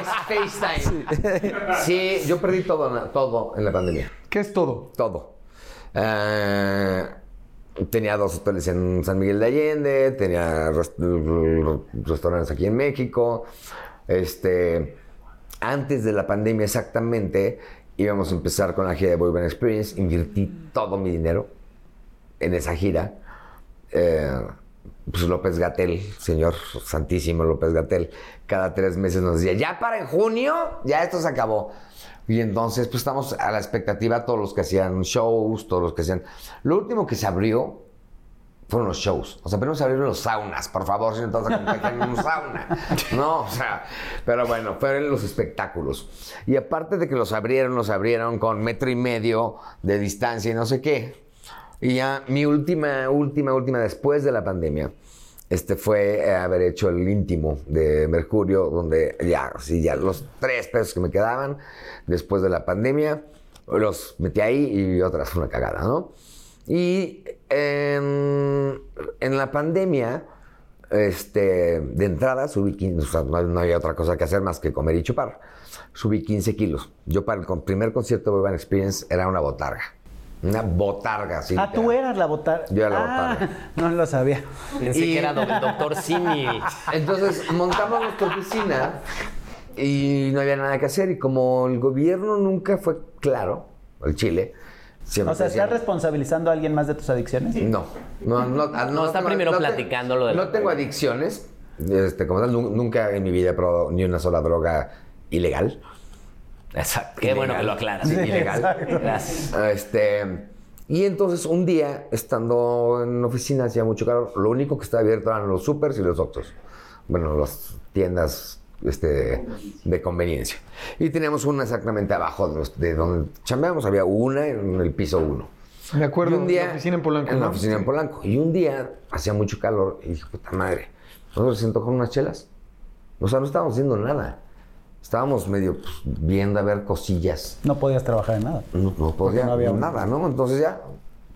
Es FaceTime. Sí, yo perdí todo, na- todo en la pandemia.
¿Qué es todo?
Todo. Eh, tenía dos hoteles en San Miguel de Allende, tenía res- restaurantes aquí en México. Este, antes de la pandemia exactamente, íbamos a empezar con la gira de Boy Band Experience. Invertí todo mi dinero en esa gira. Eh, pues López Gatel, señor santísimo López Gatel, cada tres meses nos decía, ya para en junio, ya esto se acabó. Y entonces, pues estamos a la expectativa, todos los que hacían shows, todos los que hacían... Lo último que se abrió fueron los shows. O sea, primero se abrieron los saunas, por favor, si no te vas a contagiar en un sauna. No, o sea, pero bueno, fueron los espectáculos. Y aparte de que los abrieron, los abrieron con metro y medio de distancia y no sé qué. Y ya mi última, última, última, después de la pandemia, este fue eh, haber hecho el íntimo de Mercurio, donde ya, sí, ya los tres pesos que me quedaban después de la pandemia, los metí ahí y otras una cagada, ¿no? Y en, en la pandemia, este, de entrada subí 15, o sea, no, no había otra cosa que hacer más que comer y chupar. Subí 15 kilos. Yo para el con- primer concierto de Urban Experience era una botarga. Una botarga, sí.
Ah, tú eras la botar.
Yo era la
Ah,
botarga.
No lo sabía.
Pensé
Y-
que era do- el doctor Simi.
Entonces montamos nuestra oficina y no había nada que hacer. Y como el gobierno nunca fue claro, el Chile, siempre
O sea,
decían,
¿estás responsabilizando a alguien más de tus adicciones?
No, no, no, ah,
No, está primero
te-
platicando lo de la-
No tengo adicciones, este, como tal, nu- nunca en mi vida he probado ni una sola droga ilegal.
Exacto. Qué bueno que lo aclaras.
Sí, ilegal.
Gracias.
Este, y entonces un día, estando en oficina, hacía mucho calor, lo único que estaba abierto eran los supers y los otros. Bueno, las tiendas este, de conveniencia. Y teníamos una exactamente abajo de los- de donde chambeamos, había una en el piso uno.
Me acuerdo,
Y un día-
en la oficina en Polanco.
En la
¿no?
oficina en Polanco. Y un día hacía mucho calor y dije, puta madre, nosotros se con unas chelas. O sea, no estábamos haciendo nada. Estábamos medio pues, viendo a ver cosillas.
No podías trabajar en nada.
No, no podía
no había
nada, ¿no? Entonces ya,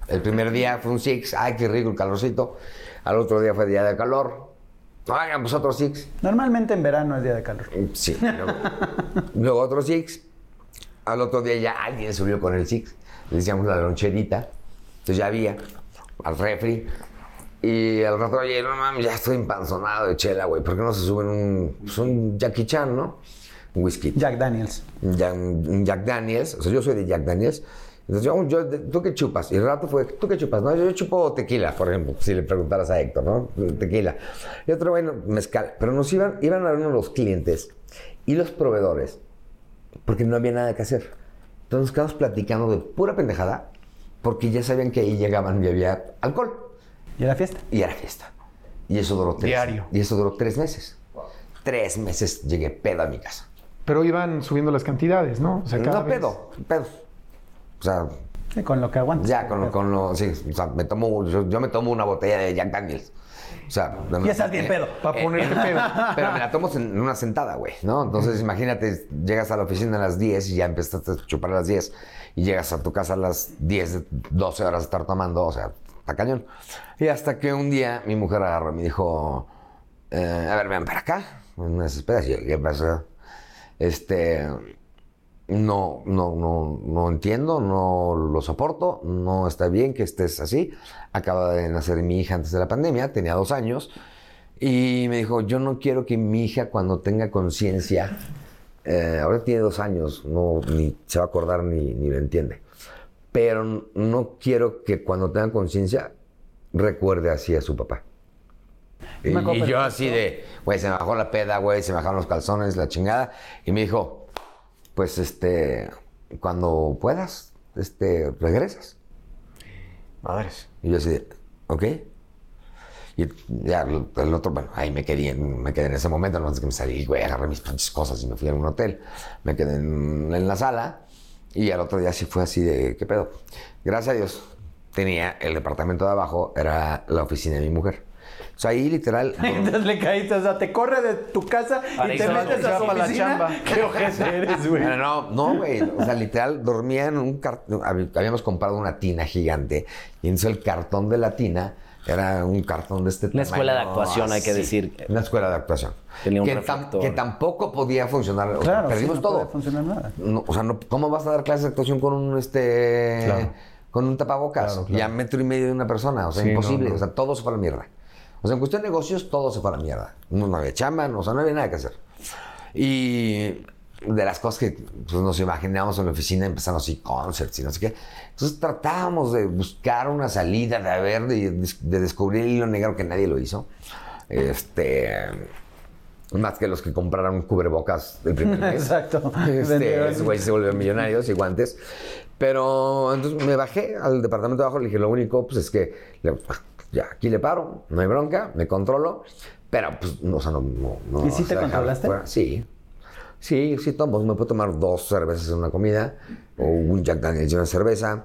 el primer día fue un six, ay, qué rico el calorcito. Al otro día fue día de calor. Oigan, pues otro six.
Normalmente en verano es día de calor.
Sí. Luego, luego otro Six. Al otro día ya alguien subió con el Six. Le decíamos la loncherita. Entonces ya había al refri. Y al rato, oye, no mames, ya estoy empanzonado de chela, güey. ¿Por qué no se suben un, pues, un Jackie Chan, no? Un whisky.
Jack Daniels.
Un Jack, un Jack Daniels. O sea, yo soy de Jack Daniels. Entonces, yo, yo- ¿tú qué chupas? Y el rato fue, ¿tú qué chupas? No, yo, yo chupo tequila, por ejemplo, si le preguntaras a Héctor, ¿no? Tequila. Y otro, bueno, mezcal. Pero nos iban, iban a vernos los clientes y los proveedores, porque no había nada que hacer. Entonces nos quedamos platicando de pura pendejada, porque ya sabían que ahí llegaban y había alcohol
¿Y la fiesta?
y era fiesta. Y eso duró tres,
Diario.
Y eso duró tres meses. tres meses llegué pedo a mi casa.
Pero iban subiendo las cantidades, ¿no? O sea, cada
no
vez-
pedo, pedo. O sea,
Sí, Con lo que aguantas.
ya con lo, con lo- sí, o sea, me tomo, yo, yo me tomo una botella de Jack Daniels. O sea, no me-
Ya estás bien pedo.
Eh,
Para ponerte pedo.
Pero me la tomo en una sentada, güey, ¿no? Entonces, imagínate, llegas a la oficina a las 10 y ya empezaste a chupar a las 10 y llegas a tu casa a las 10, 12 horas de estar tomando, o sea, está cañón. Y hasta que un día mi mujer agarró y me dijo, eh, a ver, ven para acá, una desesperación, ¿qué pasa? Este, no, no, no, no entiendo, no lo soporto, no está bien que estés así. Acaba de nacer mi hija antes de la pandemia, tenía dos años, y me dijo, yo no quiero que mi hija cuando tenga conciencia, eh, ahora tiene dos años, no, ni se va a acordar ni, ni lo entiende, pero no quiero que cuando tenga conciencia recuerde así a su papá. Y,
Me acuerdo
y yo
perfecto.
así de, güey, se me bajó la peda, güey, se me bajaron los calzones, la chingada, y me dijo, pues este, cuando puedas, este, regresas.
Madres.
Y yo así de, ok. Y ya el el otro, bueno, ahí me quedé, en- me quedé en ese momento, no sé que me salí, güey, agarré mis pinches cosas y me fui a un hotel. Me quedé en, en la sala y al otro día sí fue así de, ¿qué pedo? Gracias a Dios tenía el departamento de abajo, era la oficina de mi mujer. O sea, ahí literal...
Entonces le caíste, o sea, te corre de tu casa
Para
y
irse
te
a la
metes a su
chamba, la
oficina.
chamba.
Qué ojete eres, güey.
Pero Ah, no, no, güey. O sea, literal, dormía en un cartón. Habíamos comprado una tina gigante. Y entonces el cartón de la tina era un cartón de este
Una escuela de actuación, hay que decir.
Una escuela de actuación.
Tenía un
que, tam-
reflector.
que tampoco podía funcionar. O sea,
Claro, sí,
perdimos
no
todo.
puede funcionar nada.
No, o sea, no- ¿cómo vas a dar clases de actuación con un este
Claro.
con un tapabocas?
Claro, claro.
Y a metro y medio de una persona. O sea,
Sí,
imposible.
no, no.
O sea, todo se fue a la mierda. O sea, en cuestión de negocios, todo se fue a la mierda. No, no había chamba, no, o sea, no había nada que hacer. Y de las cosas que pues, nos imaginábamos en la oficina, empezamos así, concerts y no sé qué. Entonces tratábamos de buscar una salida, de haber, de, de descubrir el hilo negro que nadie lo hizo. Este. Más que los que compraron cubrebocas el primer mes.
Exacto.
Este,
Vendieron-
esos güeyes se volvieron millonarios y guantes. Pero entonces me bajé al departamento de abajo, le dije, lo único pues es que le- ya, aquí le paro, no hay bronca, me controlo, pero pues no, o sea, no, no, no
¿Y
vas a
sí te
dejar
controlaste?
fuera. Sí. Sí, sí tomo, me puedo tomar dos cervezas en una comida o un Jack Daniels y una cerveza.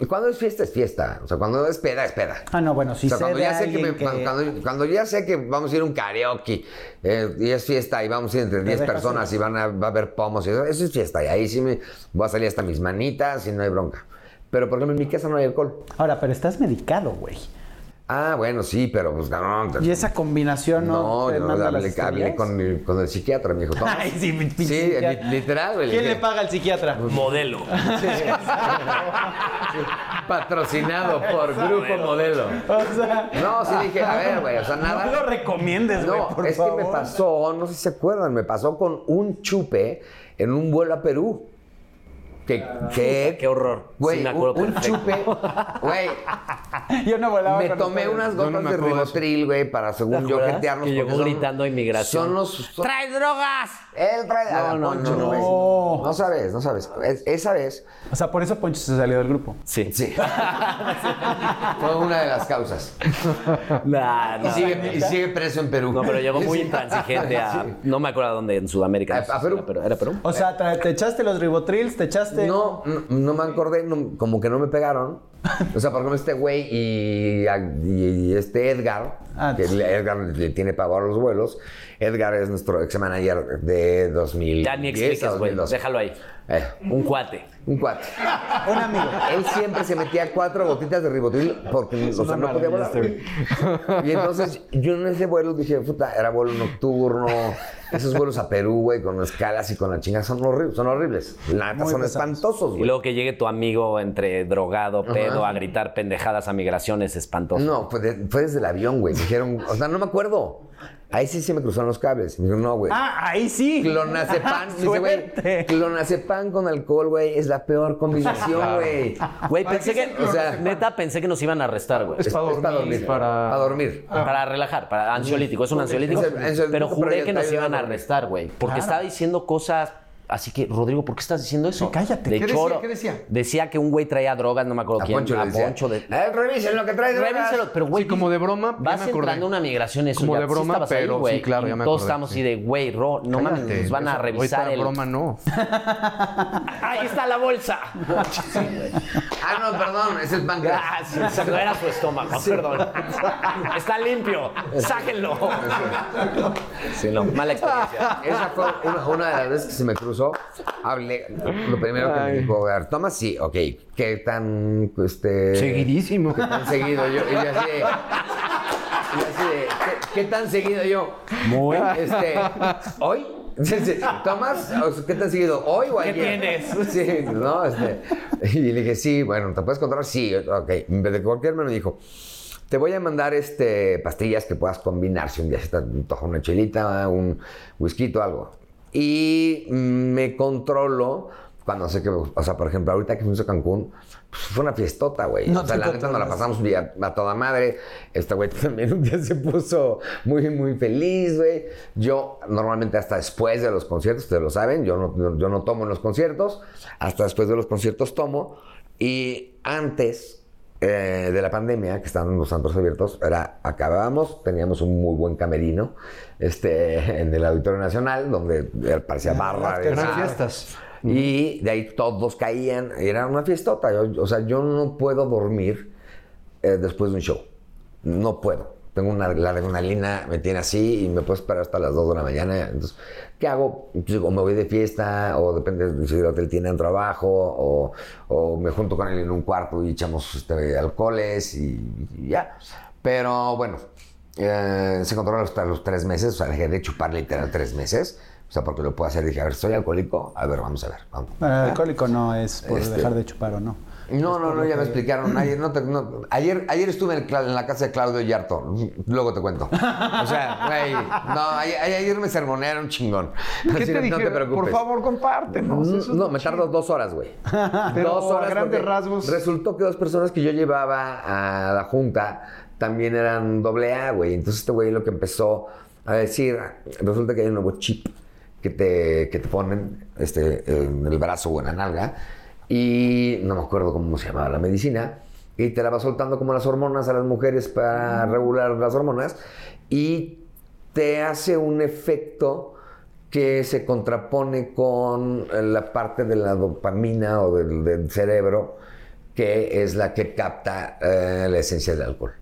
Y cuando es fiesta, es fiesta. O sea, cuando es peda, es peda.
Ah, no, bueno,
O
si
sea,
sé
cuando
de
ya, sé que
alguien
me-
que-
cuando- cuando ya sé que vamos a ir a un karaoke eh, y es fiesta y vamos a ir entre 10
dejas
personas y van a, va a haber pomos y eso, eso es fiesta. Y ahí sí me voy a salir hasta mis manitas y no hay bronca. Pero por ejemplo en mi casa no hay alcohol.
Ahora, pero estás medicado, güey.
Ah, bueno, sí, pero pues no. te-
Y esa combinación no,
no, yo
te manda
hablé,
las
hablé
estrellas?
con, el, con el psiquiatra, me dijo. "Tomas".
Ay, sí, mi
Sí,
pinche
li- literal, güey. le
¿Quién
dije,
le paga al psiquiatra?
Modelo.
Patrocinado por Grupo Modelo.
O sea,
No, sí dije, a ver, güey, o sea, nada.
no lo recomiendes, güey,
No,
por
es
favor.
que me pasó, no sé si se acuerdan, me pasó con un chupe en un vuelo a Perú. Que, que,
qué horror.
Güey,
Sí me
un,
acuerdo
un
perfecto.
chupe, güey,
Yo no volaba
me
con
tomé
ustedes.
Yo no
unas gotas
me
de
acuerdo de eso.
ribotril, güey, para según
¿Te
yo
acuerdas?
jetearnos.
Que llegó
porque son-
gritando a inmigración.
Son los... son-
¡Traes drogas!
él trae... a la
No, no,
Poncho,
no.
güey. No sabes, no sabes. Es- esa vez...
O sea, por eso Poncho se salió del grupo.
Sí.
Sí. Fue una de las causas.
Nah,
Y
no.
sigue, y sigue preso en Perú.
Ah. No, pero llegó muy
Sí.
intransigente a.
Sí.
No me acuerdo a dónde, en Sudamérica.
A-
no sé
a
si
Perú.
Era Perú. ¿Era Perú?
O sea, tra- te echaste los ribotrils, te echaste...
No, no, no me acordé, no- como que no me pegaron. O sea, por ejemplo, este güey y, y- y este Edgar,
Ah,
que
sí.
le- Edgar le tiene pavor a los vuelos. Edgar es nuestro ex manager de 2000.
Ya ni expliques, güey. Déjalo ahí. Un cuate.
Eh, un cuate.
Un amigo.
Él siempre se metía cuatro gotitas de ribotril porque o sea, no podía volar. Y entonces yo en ese vuelo dije, puta, era vuelo nocturno. Esos vuelos a Perú, güey, con escalas y con la chinga son horribles. Son horribles. La neta,
Muy
son
pesados.
espantosos,
Y
güey.
luego que llegue tu amigo entre drogado, pedo, a gritar pendejadas a migraciones espantosas.
No, fue, de- fue desde el avión, güey. Dijeron, o sea, no me acuerdo. Ahí sí se me cruzaron los cables. Me dijeron, no, güey.
Ah, ahí sí.
Clonazepam, dice, güey.
Suerte.
Clonazepam con alcohol, güey, es la peor combinación, güey.
Güey,
Ah,
pensé que.
O sea,
neta, pensé que nos iban a arrestar, güey.
es, es para dormir.
para-
Para dormir.
Para relajar, para ansiolítico, es un ansiolítico.
Es el- es el-
pero
pero
juré
ya
que
te
nos
ayuda a
iban a
dormir.
arrestar, güey. Porque estaba diciendo cosas Así que, Rodrigo, ¿por qué estás diciendo eso?
No, cállate.
De
¿Qué decía?
choro.
¿Qué decía?
que un güey traía drogas, no me acuerdo
A
quién.
Poncho le
a
decía,
Poncho de...
"Eh, revisen lo que trae drogas".
Revíselo, pero güey.
Sí, como de broma, ya
Vas
me acordé.
entrando a una migración, eso
Como
ya,
de
sí
broma,
estabas ahí,
pero
güey,
sí, claro,
y
ya me
Todos
acordé,
estamos
sí.
así de, güey, Ro, no mames,
Cállate,
nos van a
eso-
revisar
ahorita
el...
broma no.
¡Ahí está la bolsa!
Ah, no, perdón, es el páncreas.
Gracias. No era su estómago, perdón. Está limpio, sáquenlo. Sí, no, mala experiencia.
Esa fue una, una de las veces que se me cruzó. Hablé. Lo primero que me dijo, a ver, toma, sí, ok. ¿Qué tan, este...
Seguidísimo.
¿Qué tan seguido yo? Y yo así de... y yo así de, ¿qué, qué tan seguido yo? Muy. Este, ¿Hoy? Sí, sí. ¿Tomas? O sea, ¿Qué tan seguido? ¿Hoy o ayer?
tienes?
Sí, no, este... Y le dije, sí, bueno, ¿te puedes controlar? Sí, ok. De cualquier manera me dijo... Te voy a mandar este, pastillas que puedas combinar si un día se te antoja una chelita, un whisky o algo. Y me controlo cuando sé que, o sea, por ejemplo, ahorita que fuimos a Cancún, pues, fue una fiestota, güey.
No
o sea,
te
la neta nos la
controlas.
pasamos bien a, a toda madre. Este güey también un día se puso muy, muy feliz, güey. Yo normalmente hasta después de los conciertos, ustedes lo saben, yo no, no- yo no tomo en los conciertos, hasta después de los conciertos tomo. Y antes eh, de la pandemia, que estaban los santos abiertos, era, acabábamos, teníamos un muy buen camerino este, en el Auditorio Nacional, donde eh, parecía barra. de
Eran
nada.
fiestas.
Y de ahí todos caían. Era una fiestota. Yo- o sea, yo no puedo dormir eh, después de un show. No puedo. Tengo una, la adrenalina, me tiene así y me puedo esperar hasta las 2 de la mañana. Entonces, ¿qué hago? Entonces, o me voy de fiesta, o depende de si el hotel tiene un trabajo, o, o me junto con él en un cuarto y echamos este, alcoholes y, y ya. Pero bueno, eh, se controla hasta los tres meses, o sea, dejé de chupar literal tres meses. O sea, porque lo puedo hacer. Dije, a ver, soy alcohólico. A ver, vamos a ver. Vamos.
Para el alcohólico no es por
Este-
dejar de chupar o no.
Pues
No, no, no, ya me explicaron. Ayer, no te- no. ayer, ayer estuve en, Cla- en la casa de Claudio Yarto. Luego te cuento. O sea, güey. No, ayer, ayer me sermonearon chingón.
¿Qué
Así
te Mm,
no, no te
dijeron?
preocupes.
Por favor, compártenos.
No,
eso es
Mm, no,
lo
me
chido.
tardo dos horas, güey.
Pero
dos horas.
a grandes
porque
rasgos.
Resultó que dos personas que yo llevaba a la junta también eran doble A, güey. Entonces este güey lo que empezó a decir, resulta que hay un nuevo chip que te, que te ponen este, en el brazo o en la nalga. Y no me acuerdo cómo se llamaba la medicina. Y te la va soltando como las hormonas a las mujeres
Mm.
para regular las hormonas. Y te hace un efecto que se contrapone con eh, la parte de la dopamina o del, del cerebro que es la que capta eh, la esencia del alcohol.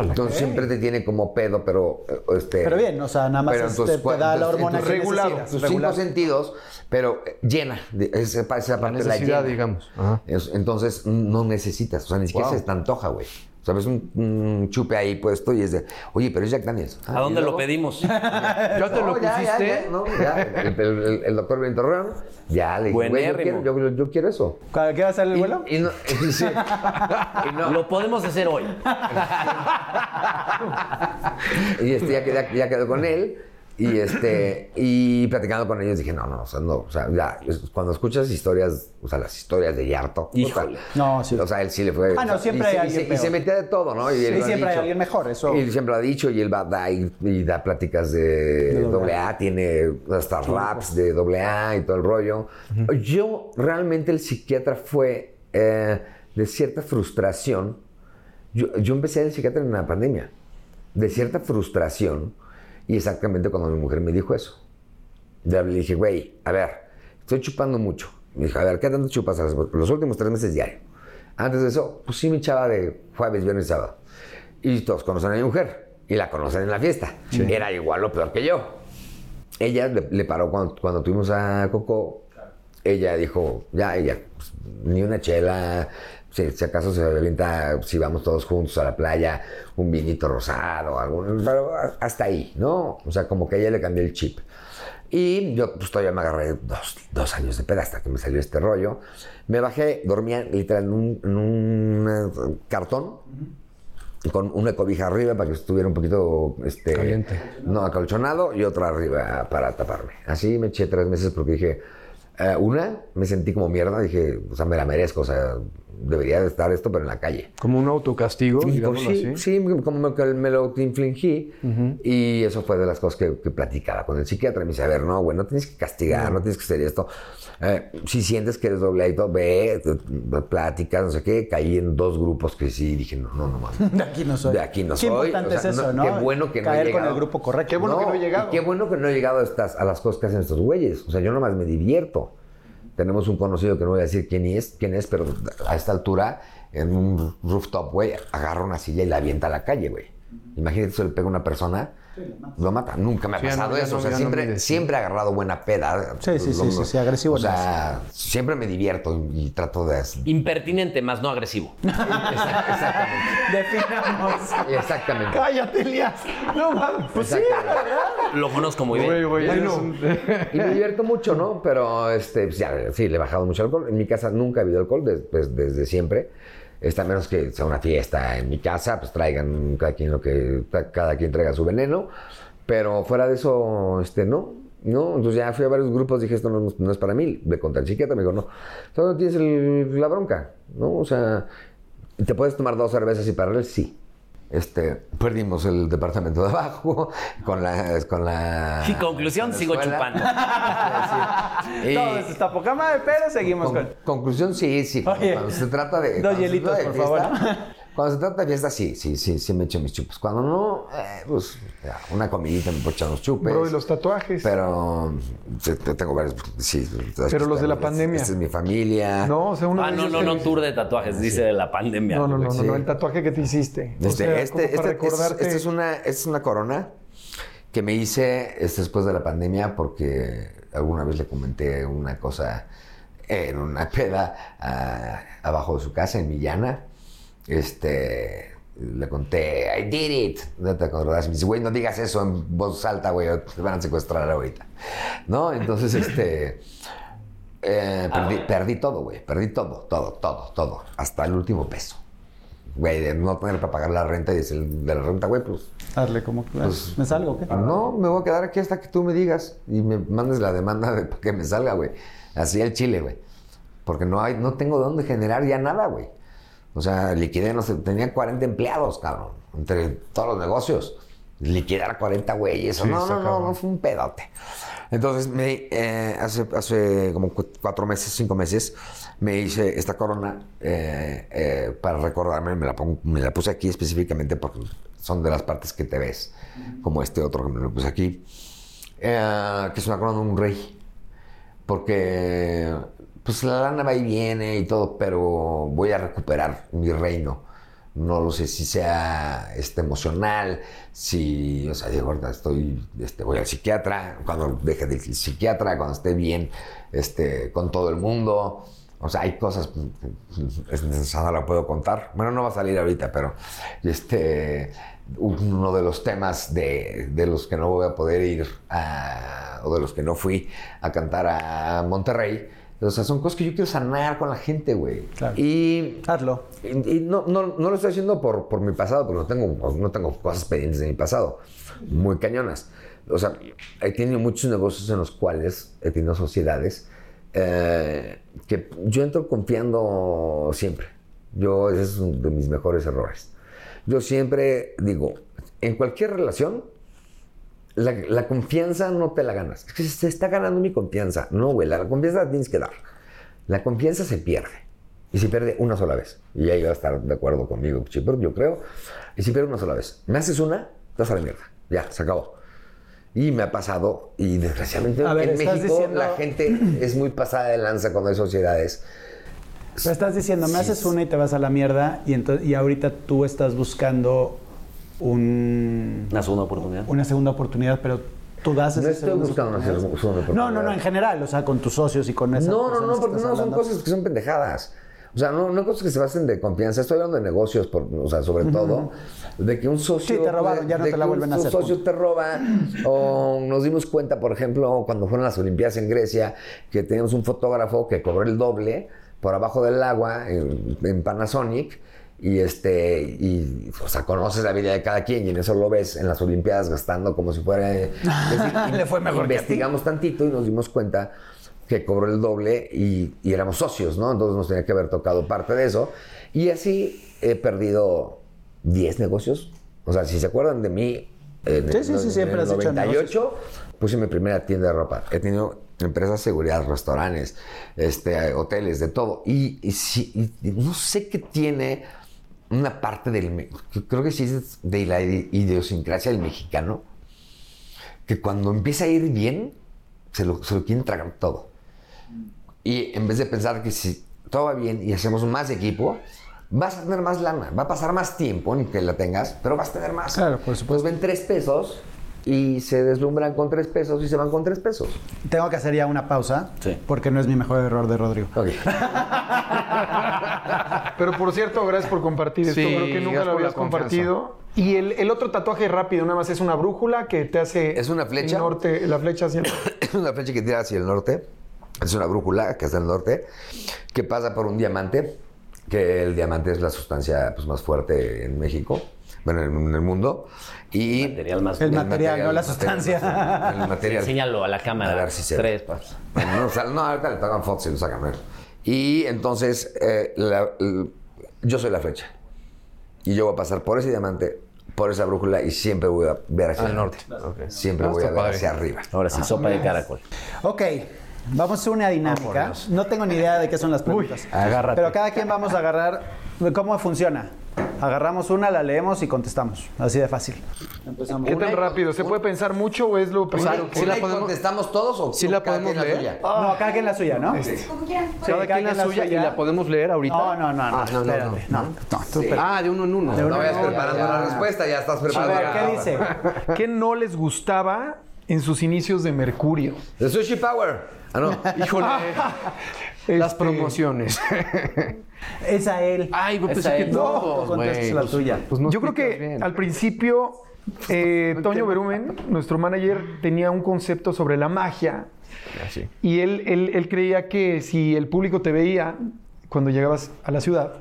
Entonces siempre te tiene como pedo, pero eh, este.
Pero bien, o sea, nada más
pero
es-
entonces,
te-
cua-
te da la
entonces-
hormona
entonces
que
regulado,
necesitas,
tus
regular.
cinco sentidos, pero eh, llena. de- Esa, pa- esa parte la
necesidad,
llena.
digamos. Ajá.
Es- entonces no necesitas, o sea, ni siquiera
Wow.
se te antoja, güey. O sea, ves un, un chupe ahí puesto y es de, oye, pero es Jack Daniels. Ah,
¿A
y
dónde lo
luego-
pedimos?
¿Ya te lo
no, ya, ya,
pusiste?
ya, no, ya. El, el- el- el doctor Ventorrón, ya le dije, güey, yo
Buenérrimo.
quiero, yo, yo- yo quiero eso.
¿Cuál- ¿Qué va a ser el
Y,
vuelo?
y no, sí. Y no-
Lo podemos hacer hoy.
y este, ya, quedé- ya quedó con él. Y este y platicando con ellos dije, no, no, o sea, no, o sea, ya, es- cuando escuchas historias, o sea, las historias de Yarto,
Híjole.
puta,
No, sí.
O sea, él sí le fue.
Ah, no,
o sea,
siempre
y se-
hay
y
alguien
se- Y se,
peor.
metía de todo, ¿no? Y
Sí,
él lo ha
siempre hay
dicho.
alguien mejor, eso-
Y él siempre lo ha dicho, y él va da, y, y da pláticas de doble A, pues. tiene hasta raps de doble A y todo el rollo. Yo, realmente, el psiquiatra fue eh, de cierta frustración. Yo, yo empecé el psiquiatra en la pandemia, de cierta frustración, y exactamente cuando mi mujer me dijo eso. Ya le dije, güey, a ver, estoy chupando mucho. Me dijo, a ver, ¿qué tanto chupas a las- los últimos tres meses diario? Antes de eso, pues sí me echaba de jueves, viernes, sábado. Y todos conocen a mi mujer y la conocen en la fiesta. Era igual o peor que yo. Ella le, le paró cuando, cuando tuvimos a Coco. Ella dijo, ya, ella, pues, ni una chela. Si, si acaso se avienta, si vamos todos juntos a la playa, un vinito rosado, algún, pero hasta ahí, ¿no? O sea, como que ella le cambió el chip. Y yo pues todavía me agarré dos, dos años de peda hasta que me salió este rollo. Me bajé, dormía literal en un, en un, eh, cartón con una cobija arriba para que estuviera un poquito este,
Caliente.
No, acolchonado y otra arriba para taparme. Así me eché tres meses porque dije, Eh, una, me sentí como mierda, dije, o sea, me la merezco, o sea, debería de estar esto, pero en la calle.
Como un autocastigo,
Y como,
digámoslo
sí,
así.
sí, como me, que me lo infligí. Y eso fue de las cosas que, que platicaba con el psiquiatra. Me dice, a ver, no, güey, no tienes que castigar, no tienes que hacer esto. Eh, si sientes que eres doble A y todo, ve, te- te- platicas, no sé qué. Caí en dos grupos que sí dije, no, no, no, mames.
De aquí no soy.
De aquí no soy.
Qué importante
O sea,
es eso, ¿no?
Qué bueno que no he
Caer con
llegado.
el grupo correcto.
Qué bueno que no he llegado.
y Qué bueno que no he llegado a, estas, a las cosas que hacen estos güeyes. O sea, yo nomás me divierto. Tenemos un conocido que no voy a decir quién es, quién es pero a esta altura, en un rooftop, güey, agarra una silla y la avienta a la calle, güey. Imagínate, eso le pega a una persona, lo mata. Nunca me ha
Sí, ya
pasado
no, ya
eso.
no,
o sea,
ya no
siempre,
mides, sí.
siempre he agarrado buena peda.
Sí, sí, sí,
Lo-
sí, sí, agresivo
O sea, siempre me divierto y, y trato de...
Impertinente, más no agresivo.
Exactamente.
Definamos.
Exactamente.
Cállate, Elías. No mames. Pues sí.
Exactamente.
Lo conozco muy
Güey,
bien.
güey,
Ay,
eres
no.
un-
Y me divierto mucho, ¿no? Pero este, pues, ya, sí, le he bajado mucho alcohol. En mi casa nunca ha habido alcohol des- pues, desde siempre. Este, a menos que sea una fiesta en mi casa, pues traigan cada quien lo que. ca- cada quien traiga su veneno. Pero fuera de eso, este, no. No, entonces ya fui a varios grupos, dije, esto no, no es para mí. Le conté al psiquiatra, me dijo, no. Entonces no tienes el- la bronca, ¿no? O sea, ¿te puedes tomar dos cervezas y parar? Sí. Este, perdimos el departamento de abajo con la... Con la
Y conclusión,
Ah,
con la
sigo
escuela.
chupando.
Y-
Todo eso está poca madre, pero seguimos
con-
con.
conclusión, sí, sí.
Oye,
cuando se trata de.
dos
cuando se
hielitos,
trata de
por
fiesta, Cuando se trata de fiesta, sí, sí, sí, sí me echo mis chupos. Cuando no, eh, pues ya, una comidita me puedo echar los chupes.
Bro, y los tatuajes.
Pero mm, te- te- tengo varios. Sí,
Pero los de la
esta-
pandemia.
Esta es mi familia.
No, o sea, uno
Ah,
de
no,
ellos
no,
te-
no, tour de tatuajes, dice de la pandemia.
No, no, no, no,
Sí.
no, el tatuaje que te hiciste. O
Este,
sea,
este,
como para
este- este es-
recordarte-
esta es una, esta es una corona que me hice este, después de la pandemia porque alguna vez le comenté una cosa en una peda a- abajo de su casa en Millana. Este, le conté, I did it. No te acordás. Me dice, güey, no digas eso en voz alta, güey, o te van a secuestrar ahorita. ¿No? Entonces, este. eh, perdí,
Ah.
perdí todo, güey. Perdí todo, todo, todo, todo. Hasta el último peso güey, de no tener para pagar la renta y decir de la renta, güey, pues
Hazle como.
Pues-
¿Me salgo o qué?
no, me voy a quedar aquí hasta que tú me digas y me mandes la demanda de para que me salga, güey. Así el chile, güey. Porque no hay, no tengo de dónde generar ya nada, güey. O sea, liquidé, no sé, tenía 40 empleados, cabrón, entre todos los negocios. Liquidar 40 güeyes, eso
Sí,
no,
está
no, no,
cabrón.
no, fue un pedote. Entonces, me, eh, hace, hace como cu- cuatro meses, cinco meses, me hice esta corona eh, eh, para recordarme, me la, pongo- me la puse aquí específicamente porque son de las partes que te ves, como este otro que me lo puse aquí, eh, que es una corona de un rey porque pues la lana va y viene y todo, pero voy a recuperar mi reino. No lo sé si sea este, emocional, si, o sea, digo, ahorita estoy, este, voy al psiquiatra, cuando deje de ir al psiquiatra, cuando esté bien este, con todo el mundo. O sea, hay cosas, es necesario, no la puedo contar. Bueno, no va a salir ahorita, pero este, uno de los temas de, de los que no voy a poder ir a- o de los que no fui a cantar a Monterrey. O sea, son cosas que yo quiero sanar con la gente, güey.
Claro.
Y
Hazlo.
y, y no, no, no lo estoy haciendo por, por mi pasado, porque no tengo, no tengo cosas pendientes de mi pasado, muy cañonas. O sea, he tenido muchos negocios en los cuales he tenido sociedades eh, que yo entro confiando siempre. Yo, ese es uno de mis mejores errores. Yo siempre digo, en cualquier relación, la, la confianza no te la ganas. Es que se está ganando mi confianza. No, güey, la, la confianza la tienes que dar. La confianza se pierde. Y se pierde una sola vez. Y ahí va a estar de acuerdo conmigo, Chipper, yo creo. Y se pierde una sola vez. Me haces una, te vas a la mierda. Ya, se acabó. Y me ha pasado, y desgraciadamente
A ver,
en
estás
México
diciendo-
la gente es muy pasada de lanza cuando hay sociedades.
Pero estás diciendo, me
Sí.
haces una y te vas a la mierda, y, entonces, y ahorita tú estás buscando un,
Una segunda oportunidad.
una segunda oportunidad, pero tú das
No
esa
estoy
segunda
buscando una
oportunidad.
segunda oportunidad.
No, no, no, en general, o sea, con tus socios y con esas
No, no,
personas
no,
que
porque
estás
no son
hablando.
cosas que son pendejadas. O sea, no, no cosas que se basen de confianza. Estoy hablando de negocios, por- o sea, sobre todo, de que un socio...
Sí, te robaron, ya no
de
te la
que un-
vuelven a hacer,
Un socio
punto.
te roba, o nos dimos cuenta, por ejemplo, cuando fueron las Olimpiadas en Grecia, que teníamos un fotógrafo que cobró el doble por abajo del agua en, en Panasonic, y este, y, o sea, conoces la vida de cada quien, y en eso lo ves en las Olimpiadas gastando como si fuera...
Le fue mejor que a ti.
Investigamos tantito y nos dimos cuenta que cobró el doble y, y éramos socios, ¿no? Entonces nos tenía que haber tocado parte de eso. Y así he perdido 10 negocios. O sea, si se acuerdan de mí, eh, en
Sí,
el-
sí, sí,
en
siempre
el
has hecho
98 puse mi primera tienda de ropa. He tenido empresas de seguridad, restaurantes, este, hoteles, de todo. Y, y sí, y- y no sé qué tiene una parte del... me- Creo que sí es de la ide- idiosincrasia del mexicano, que cuando empieza a ir bien, se lo, se lo quieren tragar todo. Y en vez de pensar que si todo va bien y hacemos más equipo, vas a tener más lana, va a pasar más tiempo en que la tengas, pero vas a tener más.
Claro, por
supuesto. ven tres pesos y se deslumbran con tres pesos y se van con tres pesos.
Tengo que hacer ya una pausa
Sí.
porque no es mi mejor error de Rodrigo.
Ok.
Pero por cierto, gracias por compartir esto.
Sí,
Creo que nunca
gracias
lo
por la
habías compartido. Y el, el otro tatuaje rápido, nada más es una brújula que te hace.
Es una flecha.
el norte, la flecha hacia el norte.
Es una flecha que tira hacia el norte, es una brújula que está al norte, que pasa por un diamante, que el diamante es la sustancia pues, más fuerte en México, bueno, en, en el mundo. Y
Material más.
El material, no la sustancia.
El material.
Enséñalo a la cámara.
A ver si se ve.
Tres, pues. paps.
Bueno, no, o sea, no, ahorita le tocan fotos y lo sacan. ¿no? Y entonces, eh, la- l- yo soy la flecha. Y yo voy a pasar por ese diamante, por esa brújula y siempre voy a ver hacia el norte. Siempre
Ah,
voy a
está
ver
padre.
hacia arriba.
Ahora
Ah,
sí, sopa de caracol.
Ok, vamos a hacer una dinámica. no tengo ni idea de qué son las preguntas.
agárrate.
Pero cada quien vamos a agarrar. ¿Cómo funciona? Agarramos una, la leemos y contestamos. Así de fácil. Empezamos.
¿Qué tan rápido? ¿Se puede pensar mucho o es lo primero?
¿Sí la podemos, contestamos todos o
sí
tú,
la
cada quien
podemos
suya?
leer?
No, cada quien la suya, ¿no?
Como quieran.
Sí,
Cada quien la suya y la podemos leer ahorita.
No, no, no, no.
Ah, no, no,
espérate. No, no, tú espérate.
Ah, de uno en uno.
De uno
No vayas
en uno.
preparando
ya.
la respuesta, ya estás
A
preparado.
ver, ¿qué dice?
¿Qué no les gustaba en sus inicios de Mercurio?
The Sushi Power. Ah, no.
Híjole. Las
Este,
promociones.
Esa él.
Ay, güey,
Esa
pensé que
es.
No,
todos,
tú contestas
güey.
la tuya.
Pues no
Yo creo que
explicas bien. Pues
al principio eh, Toño Berumen, nuestro manager, tenía un concepto sobre la magia
Así.
y él, él- él creía que si el público te veía cuando llegabas a la ciudad,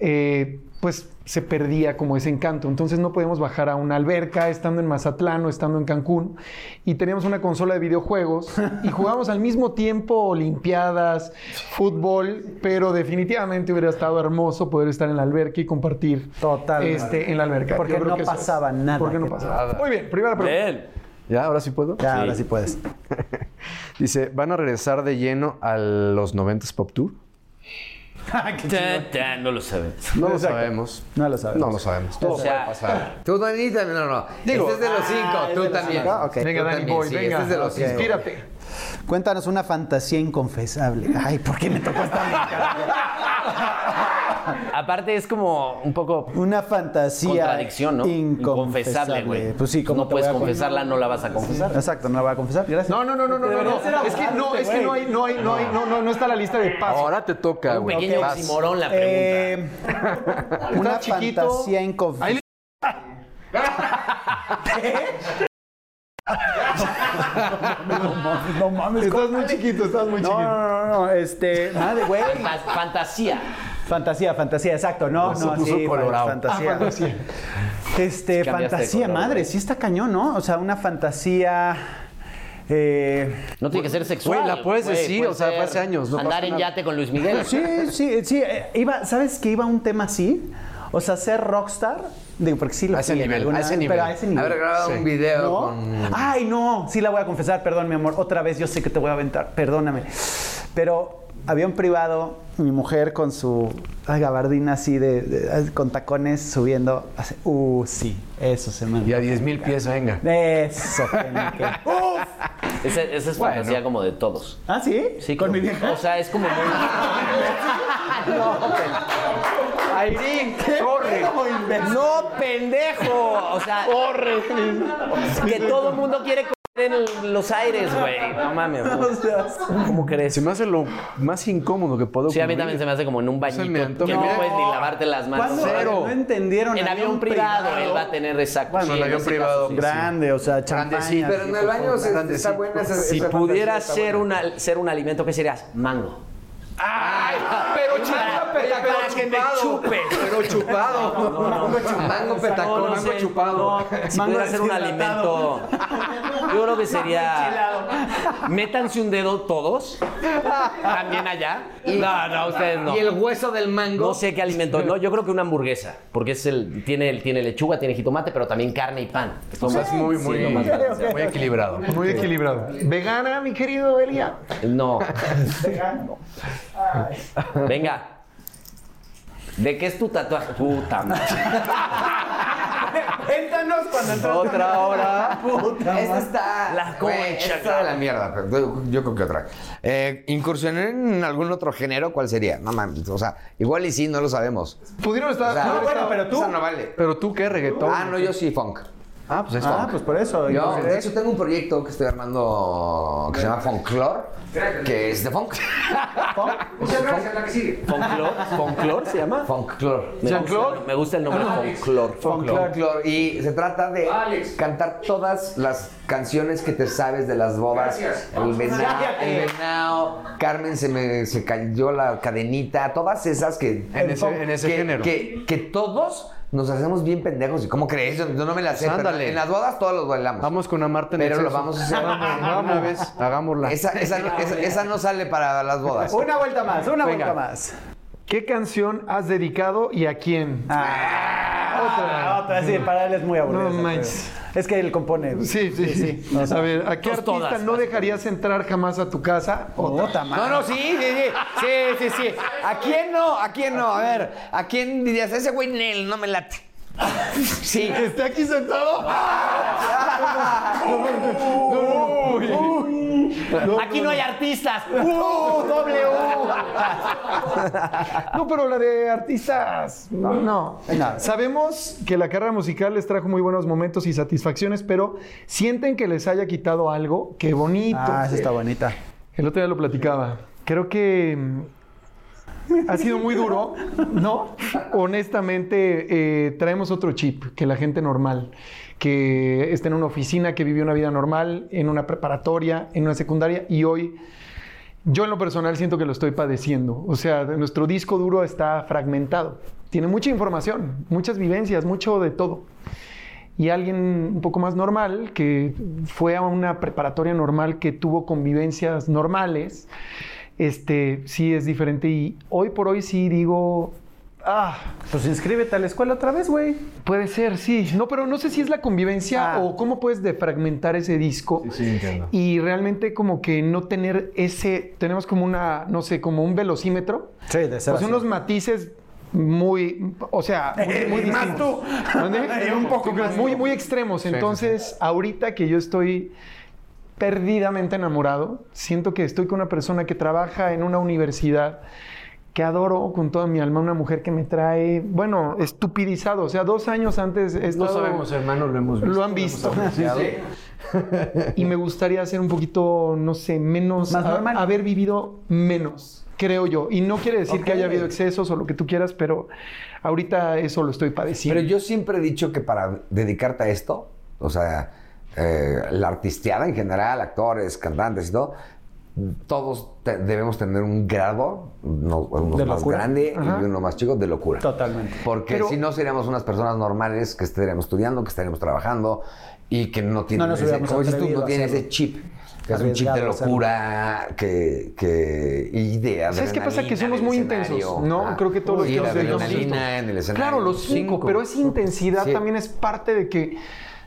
eh, pues se perdía como ese encanto. Entonces no podíamos bajar a una alberca estando en Mazatlán o estando en Cancún y teníamos una consola de videojuegos y jugábamos al mismo tiempo olimpiadas, fútbol, pero definitivamente hubiera estado hermoso poder estar en la alberca y compartir
Total.
este, en la alberca.
Porque
Yo creo
no
que eso es.
pasaba nada.
Porque no
Que-
pasaba. Muy bien, primera pregunta.
¿Ya? ¿Ahora sí puedo?
Ya, ahora sí puedes.
Dice, ¿van a regresar de lleno a los 90s Pop Tour?
Tan, tan, no lo sabes.
No lo sabemos.
No lo sabemos.
No lo sabemos. Todo
O sea,
puede pasar.
Tú, Dani, también. No, no. este es de los cinco.
ah, es de
tú
los
también.
cinco, ok.
Venga,
Tú
Dani
también,
Boy,
sí,
venga.
este es de los cinco.
Inspírate.
Cuéntanos una fantasía inconfesable. Ay, ¿por qué me tocó esta
Aparte es como un poco
Una fantasía.
contradicción, ¿no?
Inconfesable,
Inconfesable, güey.
Pues sí, como
no puedes confesarla, no la vas a confesar.
Exacto, no la voy a confesar. Gracias.
No, no, no, no, no, no, no. Es que no, es que no hay, no hay, no hay, no, no, no está la lista de pasos.
Ahora te toca,
Un
güey.
pequeño
Vas.
oximorón la pregunta.
Eh, una
Estás chiquito.
fantasía
Ahí le-
inconfesable. No mames,
Estás muy chiquito, estás muy
No,
chiquito.
no, no, no, este, nada de güey.
Fa- Fantasía.
Fantasía, fantasía, exacto, no, no,
puso
sí,
Ah,
Ah,
colorado.
fantasía. Este,
Sí, cambiaste de
fantasía,
color,
madre,
güey.
sí está cañón, ¿no? O sea, una fantasía eh,
No tiene que ser sexual.
la puedes decir,
puede
o sea, fue
ser
hace años, no
andar
pasa
en
nada. Pues
yate con Luis Miguel.
Sí, sí, sí, eh, iba, ¿sabes que iba un tema así? O sea, ser rockstar, digo, porque sí lo
A ese
fui en
nivel,
alguna
a ese
vez,
nivel.
pero a ese nivel.
Haber grabado un video
¿No?
con
Ay, no, sí la voy a confesar, perdón, mi amor, otra vez yo sé que te voy a aventar, perdóname. Pero había un privado, mi mujer con su ay, gabardina así de, de- con tacones subiendo, así, uh, sí, eso se
Y
me
a 10 mil pies, venga.
Eso, que ni qué. Uf.
Esa, esa es fantasía como de todos.
¿Ah, sí?
Sí,
con
como-
mi vieja.
O sea, es como muy.
Ay, corre.
¡No, pendejo! O sea. ¡Corre! Que todo el mundo quiere correr en el- los aires, güey. No mames. güey. ¿Cómo crees?
Se me hace lo más incómodo que puedo
Sí, a mí también se me hace como en un bañito.
me antoja.
que no
Mira.
puedes ni lavarte las manos.
¿Cuándo?
Cero.
No entendieron.
En avión privado, él va a tener exacto.
Bueno,
sí,
en
en
avión
ese
privado,
caso, sí.
Grande, o sea, champaña.
Grandecito.
Pero en el baño se- está buena esa
Si
esa
pudiera
fantasía, está
ser, una, ser un alimento, ¿qué serías? Mango.
buena. Ay, pero
Para-
chata,
para
deja que me chupe. Pero chupado. Mango chupado. Mango petacón,
No, no
mango
sé.
chupado.
Si pudiera ser un alimento, yo creo que sería. Métanse un dedo todos. También allá. No, no, ustedes no.
Y el hueso del mango.
No sé qué alimento. No, yo creo que una hamburguesa. Porque es el, tiene, el- tiene lechuga, tiene jitomate, pero también carne y pan. Es lo
O sea, es
más-
muy,
sí,
muy,
lo más balanceado.
muy equilibrado.
Muy equilibrado. Vegana, mi querido Elia.
No. Venga. ¿De qué es tu tatuaje? Puta madre.
Cuéntanos cuando entró.
Otra hora.
Esta está.
La
güey,
concha,
esta está de la mierda, pero yo, yo creo que otra. Eh, ¿Incursionar en algún otro género? ¿Cuál sería? No mames. O sea, igual y sí, no lo sabemos.
Pudieron estar.
O sea,
No, bueno, pero tú.
esa no vale.
Pero tú qué, reggaetón.
Ah, no, yo sí, funk.
Ah, pues es
Ah,
funk.
pues por eso.
Yo,
entonces-
de hecho, tengo un proyecto que estoy armando que se llama Funklore, que es de funk.
Muchas gracias, la que sigue.
¿Fonclor? ¿Fonclor se llama?
Funklore.
Me gusta, me gusta el nombre
Ah,
Fonclor.
Folklore. Y se trata de
Alex.
cantar todas las canciones que te sabes de las bodas.
Gracias.
El venao,
Cállate.
el venao, Carmen se me se cayó la cadenita, todas esas que.
En ese-
que-
en ese
que,
género.
Que, que todos nos hacemos bien pendejos. ¿Y cómo crees? Yo no me las sé. pero
Ándale.
en las bodas todos los bailamos.
Vamos con Amarte en
Pero lo
exceso.
vamos a hacer.
Vamos, vamos. Una vez, hagámosla.
Esa, esa no- esa- esa no sale para las bodas.
Una vuelta más, una
Venga.
vuelta más.
¿Qué canción has dedicado y a quién?
Ah, otra. Otra, sí, para él es muy aburrido.
No
esa,
manches.
pero- Es que él compone. güey.
Sí, sí, sí.
O sea,
a ver, ¿a qué
pues
artista
todas,
no dejarías entrar jamás a tu casa?
puta madre.
No, no, sí, sí, sí, sí, sí, sí. ¿A quién no? ¿A quién no? A ver, ¿a quién dirías? Ese güey Nel, no me late. Sí.
¿Está aquí sentado?
Aquí no hay artistas.
No, pero la de artistas. No. Sabemos que la carrera musical les trajo muy buenos momentos y satisfacciones, pero sienten que les haya quitado algo. Qué bonito.
Ah, esa está bonita.
El otro día lo platicaba. Creo que mm, ha sido muy duro, ¿no? Honestamente, eh, traemos otro chip que la gente normal, que está en una oficina, que vivió una vida normal, en una preparatoria, en una secundaria, y hoy yo en lo personal siento que lo estoy padeciendo. O sea, de- nuestro disco duro está fragmentado. Tiene mucha información, muchas vivencias, mucho de todo. Y alguien un poco más normal, que fue a una preparatoria normal, que tuvo convivencias normales, este, sí es diferente. Y hoy por hoy sí digo, ah,
Pues inscríbete a la escuela otra vez, güey.
puede ser, sí. No, pero no sé si es la convivencia
Ah.
o cómo puedes defragmentar ese disco.
Sí, sí, entiendo.
Y realmente como que no tener ese, tenemos como una, no sé, como un velocímetro.
Sí, de ser
Pues unos matices muy, o sea, muy, muy distintos. ¿Dónde? Eh, un poco muy, muy extremos. Entonces, ahorita que yo estoy perdidamente enamorado, siento que estoy con una persona que trabaja en una universidad que adoro con toda mi alma, una mujer que me trae, bueno, estupidizado. O sea, dos años antes... he
No
estado-
sabemos, hermano, lo hemos visto.
Lo han visto.
apreciado.
Y me gustaría ser un poquito, no sé, menos.
Más
a-
normal.
Haber vivido menos, creo yo. Y no quiere decir que haya habido excesos o lo que tú quieras, pero ahorita eso lo estoy
Pero
padeciendo.
yo siempre he dicho que para dedicarte a esto, o sea, eh, la artisteada en general, actores, cantantes y todo, todos te- debemos tener un grado, no, uno
De
más
locura.
grande
Ajá.
y uno más chico, de locura.
Totalmente.
Porque
Pero-
si no seríamos unas personas normales que estaríamos estudiando, que estaríamos trabajando y que no tienen,
No nos
ese,
hubiéramos
como dices tú,
atrevido
no
a
tienen
hacerlo.
ese chip. Que es un chip de
Arriesgado a hacerlo.
locura, que, que idea.
¿Sabes qué pasa? Que somos muy intensos, ¿no? Creo que todos los
los
que nos dedicamos a esto.
en el escenario.
Claro, los cinco,
Cinco.
pero esa intensidad
Sí.
también es parte de que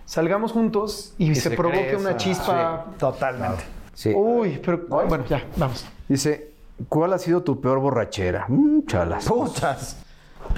salgamos juntos y, se,
se
provoque
cree
una
esa-
chispa.
Totalmente.
Sí.
Uy, pero bueno, ya, vamos.
Dice, ¿cuál ha sido tu peor borrachera? Mm, chalas.
Putas.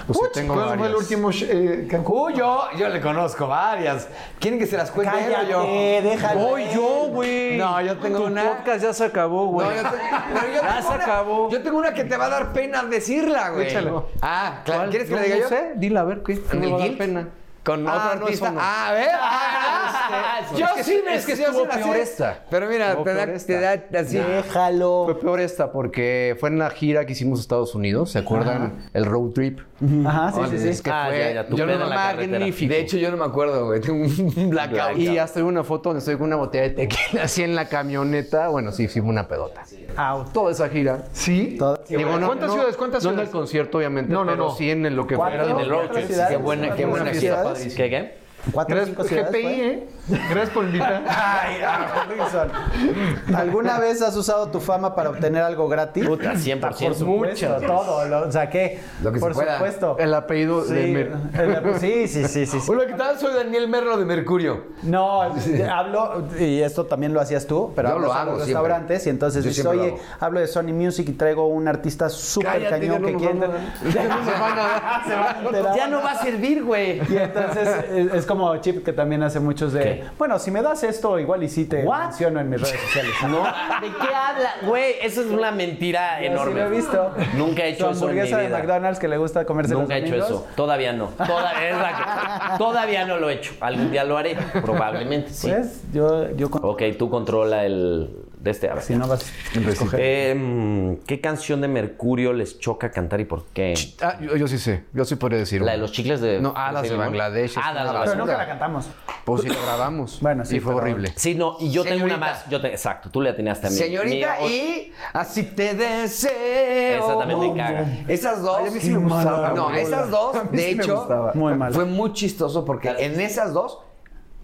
Pues sí, tengo
¿Cuál fue
varias.
el último sh- eh, Cancún?
Uy, yo, yo le conozco varias. ¿Quieren que se las cuente él o yo?
Cállate, déjalo.
Voy yo, güey. No, yo tengo
Tu
una.
podcast ya se acabó, güey.
No, yo te- pero yo
ya
tengo
se
una-
acabó.
Yo tengo una que te va a dar pena decirla, güey.
Échala.
Ah, claro.
¿Cuál?
¿Quieres que
No,
la diga
no
yo?
sé. Dila, a ver, ¿qué?
¿En
Me
el
va a dar
Guild?
pena. Con
Ah,
otro
no, eso
artista.
no.
Ah,
Ah, a ver. Ah, este,
Yo
es que
sí
es
me
que
sé
estuvo
hacer
peor
así.
esta. Pero mira,
Estuvo
te da,
peor
te da así.
Déjalo.
Fue peor esta porque fue en la gira que hicimos a Estados Unidos. ¿Se acuerdan? El road trip.
Ajá, sí, sí, sí.
Es que
Ah,
fue
ya, ya, tu
yo
pedo
no-
en la carretera.
magnífico.
De hecho, yo no me acuerdo, güey. Tengo un blackout.
y hasta hay una foto donde estoy con una botella de tequila así en la camioneta. Bueno, sí, sí, fue una pedota.
Out.
Toda esa gira.
Sí.
Digo, no-
¿Cuántas
no-
ciudades? ¿Cuántas
no en
ciudades?
el concierto, obviamente,
No, no,
pero
no.
sí en el- lo que
¿Cuatro?
fuera
En
de
el
road
otras
trip.
ciudades,
Qué buena, qué
otras
buena
ciudades.
fiesta, padrísimo.
¿Qué, qué?
Cuatro o
Gracias,
cinco
GPI,
ciudades. fue.
¿eh? Gracias por invitar.
Ay, ah, Wilson. ¿Alguna vez has usado tu fama para obtener algo gratis?
Puta, 100%.
Por mucho, todo. Lo saqué.
Lo que se
por
pueda.
supuesto.
El apellido
Sí,
de Mer.
el- sí, sí, sí, sí, sí.
Hola, ¿qué tal? Soy Daniel Merlo de Mercurio.
No, hablo, y esto también lo hacías tú, pero
Yo
hablo
lo
a
hago
los
siempre.
restaurantes y entonces
Yo
dices,
siempre lo
oye,
hago.
hablo de Sony Music y traigo un artista súper
Cállate,
cañón
ya
que
no
quiere.
nos van
Se van a enterar.
Ya no va a servir, güey.
Y entonces es, es como Chip que también hace muchos de, bueno, si me das esto, igual y sí te
What?
menciono en mis redes sociales.
¿No? ¿De qué habla? Güey, eso es una mentira
Yo sí
enorme.
lo he visto.
Nunca he
Su
hecho eso en mi
hamburguesa de
vida.
McDonald's que le gusta comerse
Nunca he
los
hecho
domingos.
eso. Todavía no. Todavía, es la que- todavía no lo he hecho. Algún día lo haré. Probablemente, sí.
Pues yo, yo con-
Ok, tú controla el... De este, a ver.
si no vas a escoger.
Em, ¿Qué canción de Mercurio les choca cantar y por qué?
Ah, yo, yo sí sé. Yo sí podría decir.
La de
una.
los chicles de...
No, Hadas
¿sí,
de
limón? Ah,
Bangladesh, es
Hadas
una
de
Pero
Bangladesh.
nunca la cantamos.
Pues sí, lo grabamos.
Bueno, sí,
Y fue
pero-
horrible.
Sí, no, y yo tengo una
Señorita.
más. Yo te- exacto, tú le atinaste a mí.
Señorita,
Mi-
y así te deseo.
Esa también me caga.
Esas dos.
Ay, a mí sí me gustaba,
No,
güey.
esas dos, de
sí me
hecho,
gustaba.
Muy mal.
fue muy chistoso porque en esas dos,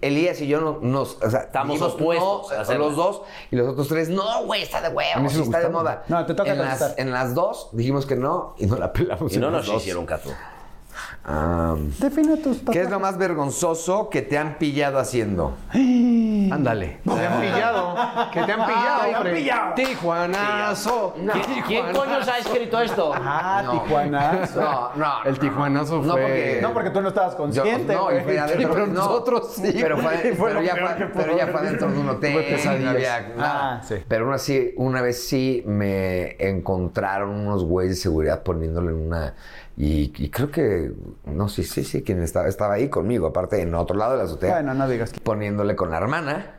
Elías y yo no- nos. O sea,
Estamos opuestos
no,
a hacerlas.
los dos y los otros tres, no, güey, está de
A mí
huevo,
sí
sí
me
está de
gustaba.
moda.
No, te toca
en las,
contestar.
en las dos dijimos que no y no la pelamos.
Y no
en las
nos
dos.
hicieron caso.
Ah,
Define tus tatuajes.
¿Qué es lo más vergonzoso que te han pillado haciendo?
Ándale.
Te han pillado. Que te han pillado, hombre.
Tijuanazo.
¿Quién, quién coño os ha escrito esto?
Ah,
No.
Tijuana.
No, no.
El tijuanazo fue...
No, porque-
No, porque tú no estabas
Yo-
consciente.
no, y
güey.
fue adentro,
pero
no,
nosotros sí.
Pero, fue,
Y fue
pero
lo
ya
peor
fue,
que pudo
pero ya
haber
fue adentro de un
Tuve
hotel, no
pesadillas.
había nada.
Ah, sí.
Pero aún así, una vez sí me encontraron unos güeyes de seguridad poniéndole en una. Y, y creo que, no sé, sí, sí, quien estaba, estaba ahí conmigo, aparte en otro lado de la azotea.
Bueno, no digas.
Poniéndole con la hermana.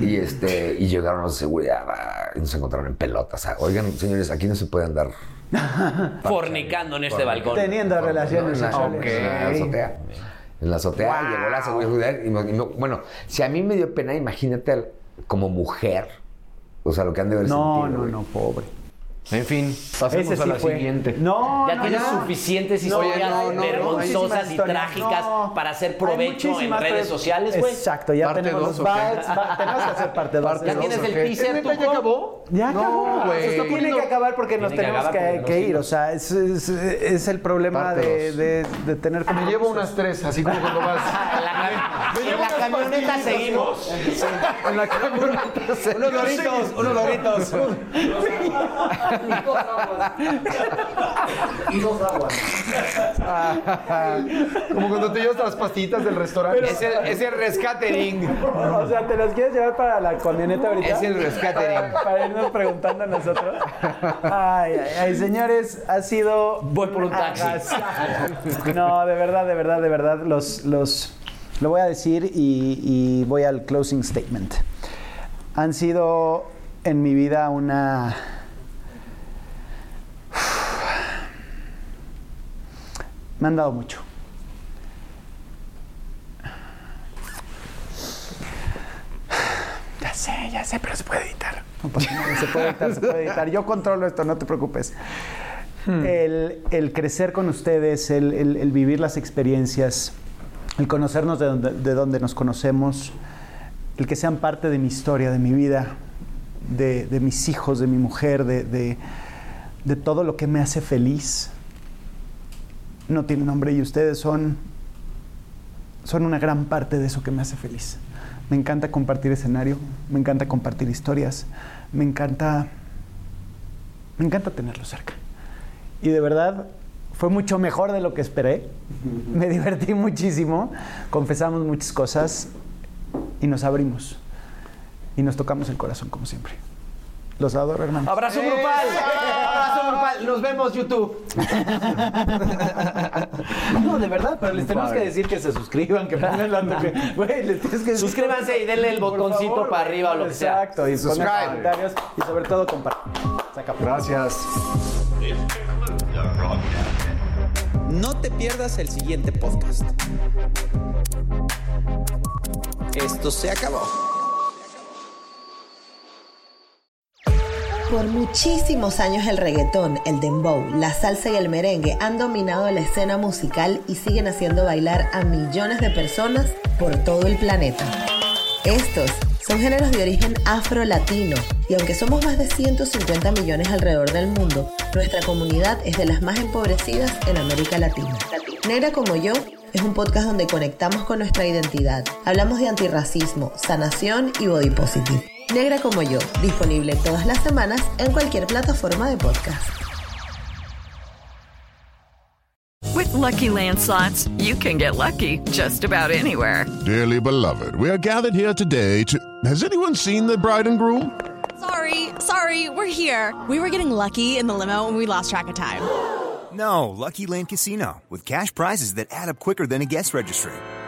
Y este, y llegaron los de seguridad ah, y nos encontraron en pelotas. Ah, Oigan, señores, aquí no se puede andar.
Fornicando en este balcón.
Teniendo relaciones
No, no, no,
sexuales.
En la azotea. En la azotea llegó la seguridad. y me- y me- bueno, si a mí me dio pena, imagínate al- como mujer. O sea, lo que han de haber
No,
sentido.
no,
güey.
no, pobre.
En fin, pasemos
Ese
a
sí
la
fue.
siguiente.
No,
Ya
no,
tienes
no.
suficientes
No,
historias
no, no,
vergonzosas
muchísimas
y
historias.
trágicas
No.
para hacer
Hay
provecho en
muchísimas,
redes
pero-
sociales, güey.
Exacto, ya
Parte
tenemos
dos,
los
¿o qué?
bites, va- tenemos que hacer parte dos.
Parte
de
Ya
eso.
tienes el
¿Qué?
teaser,
¿Neta
tu
ya
home.
acabó?
Ya
No,
acabó.
güey.
Esto tiene que acabar porque nos
Tiene que
tenemos que,
acabar porque nos
que ir.
iba.
O sea, es, es- es el problema
Parte
de,
dos.
de- de tener como.
Me llevo unas tres, así como cuando vas.
En la, cam- en la camioneta seguimos.
En la camioneta se-
Unos doritos, unos doritos.
Como cuando te llevas las pastillitas del restaurante.
Es el, es el rescatering.
o sea, ¿te las quieres llevar para la camioneta ahorita?
Es el rescatering.
Para irnos preguntando a nosotros. Ay, ay, ay, señores, ha sido.
Voy por un taxi.
agasajo. No, de verdad, de verdad, de verdad, los. los lo voy a decir y, y voy al closing statement. Han sido en mi vida una. Me han dado mucho. Ya sé, ya sé, pero se puede editar. No, pues, no, se puede editar, se puede editar. Yo controlo esto, no te preocupes. El, el crecer con ustedes, el, el- el vivir las experiencias, el conocernos de donde, de donde nos conocemos, el que sean parte de mi historia, de mi vida, de, de mis hijos, de mi mujer, de, de- de todo lo que me hace feliz, no tiene nombre y ustedes son, son una gran parte de eso que me hace feliz. Me encanta compartir escenario, me encanta compartir historias, me encanta, me encanta tenerlo cerca. Y de verdad fue mucho mejor de lo que esperé. Me divertí muchísimo, confesamos muchas cosas y nos abrimos y nos tocamos el corazón como siempre. Los adoro, hermano.
Abrazo grupal. Abrazo
papá, nos vemos YouTube.
No, de verdad, pero les tenemos que decir que se suscriban, que pongan la notificación. Güey, les tienes que decir-
Suscríbanse y denle el
Por
botoncito
favor,
para arriba o lo que sea.
Exacto, y pongan
Subscribe.
comentarios y sobre todo compartan. Se acabó.
Gracias.
This concludes our broadcast.
No te pierdas el siguiente podcast. Esto se acabó.
Por muchísimos años el reggaetón, el dembow, la salsa y el merengue han dominado la escena musical y siguen haciendo bailar a millones de personas por todo el planeta. Estos son géneros de origen afro-latino y aunque somos más de 150 millones alrededor del mundo, nuestra comunidad es de las más empobrecidas en América Latina. Negra como yo es un podcast donde conectamos con nuestra identidad. Hablamos de antirracismo, sanación y body positive. Negra como yo, disponible todas las semanas en cualquier plataforma de podcast.
With Lucky Land slots, you can get lucky just about anywhere.
Dearly beloved, we are gathered here today to. Has anyone seen the bride and groom?
Sorry, sorry, we're here. We were getting lucky in the limo and we lost track of time.
No, Lucky Land Casino, with cash prizes that add up quicker than a guest registry.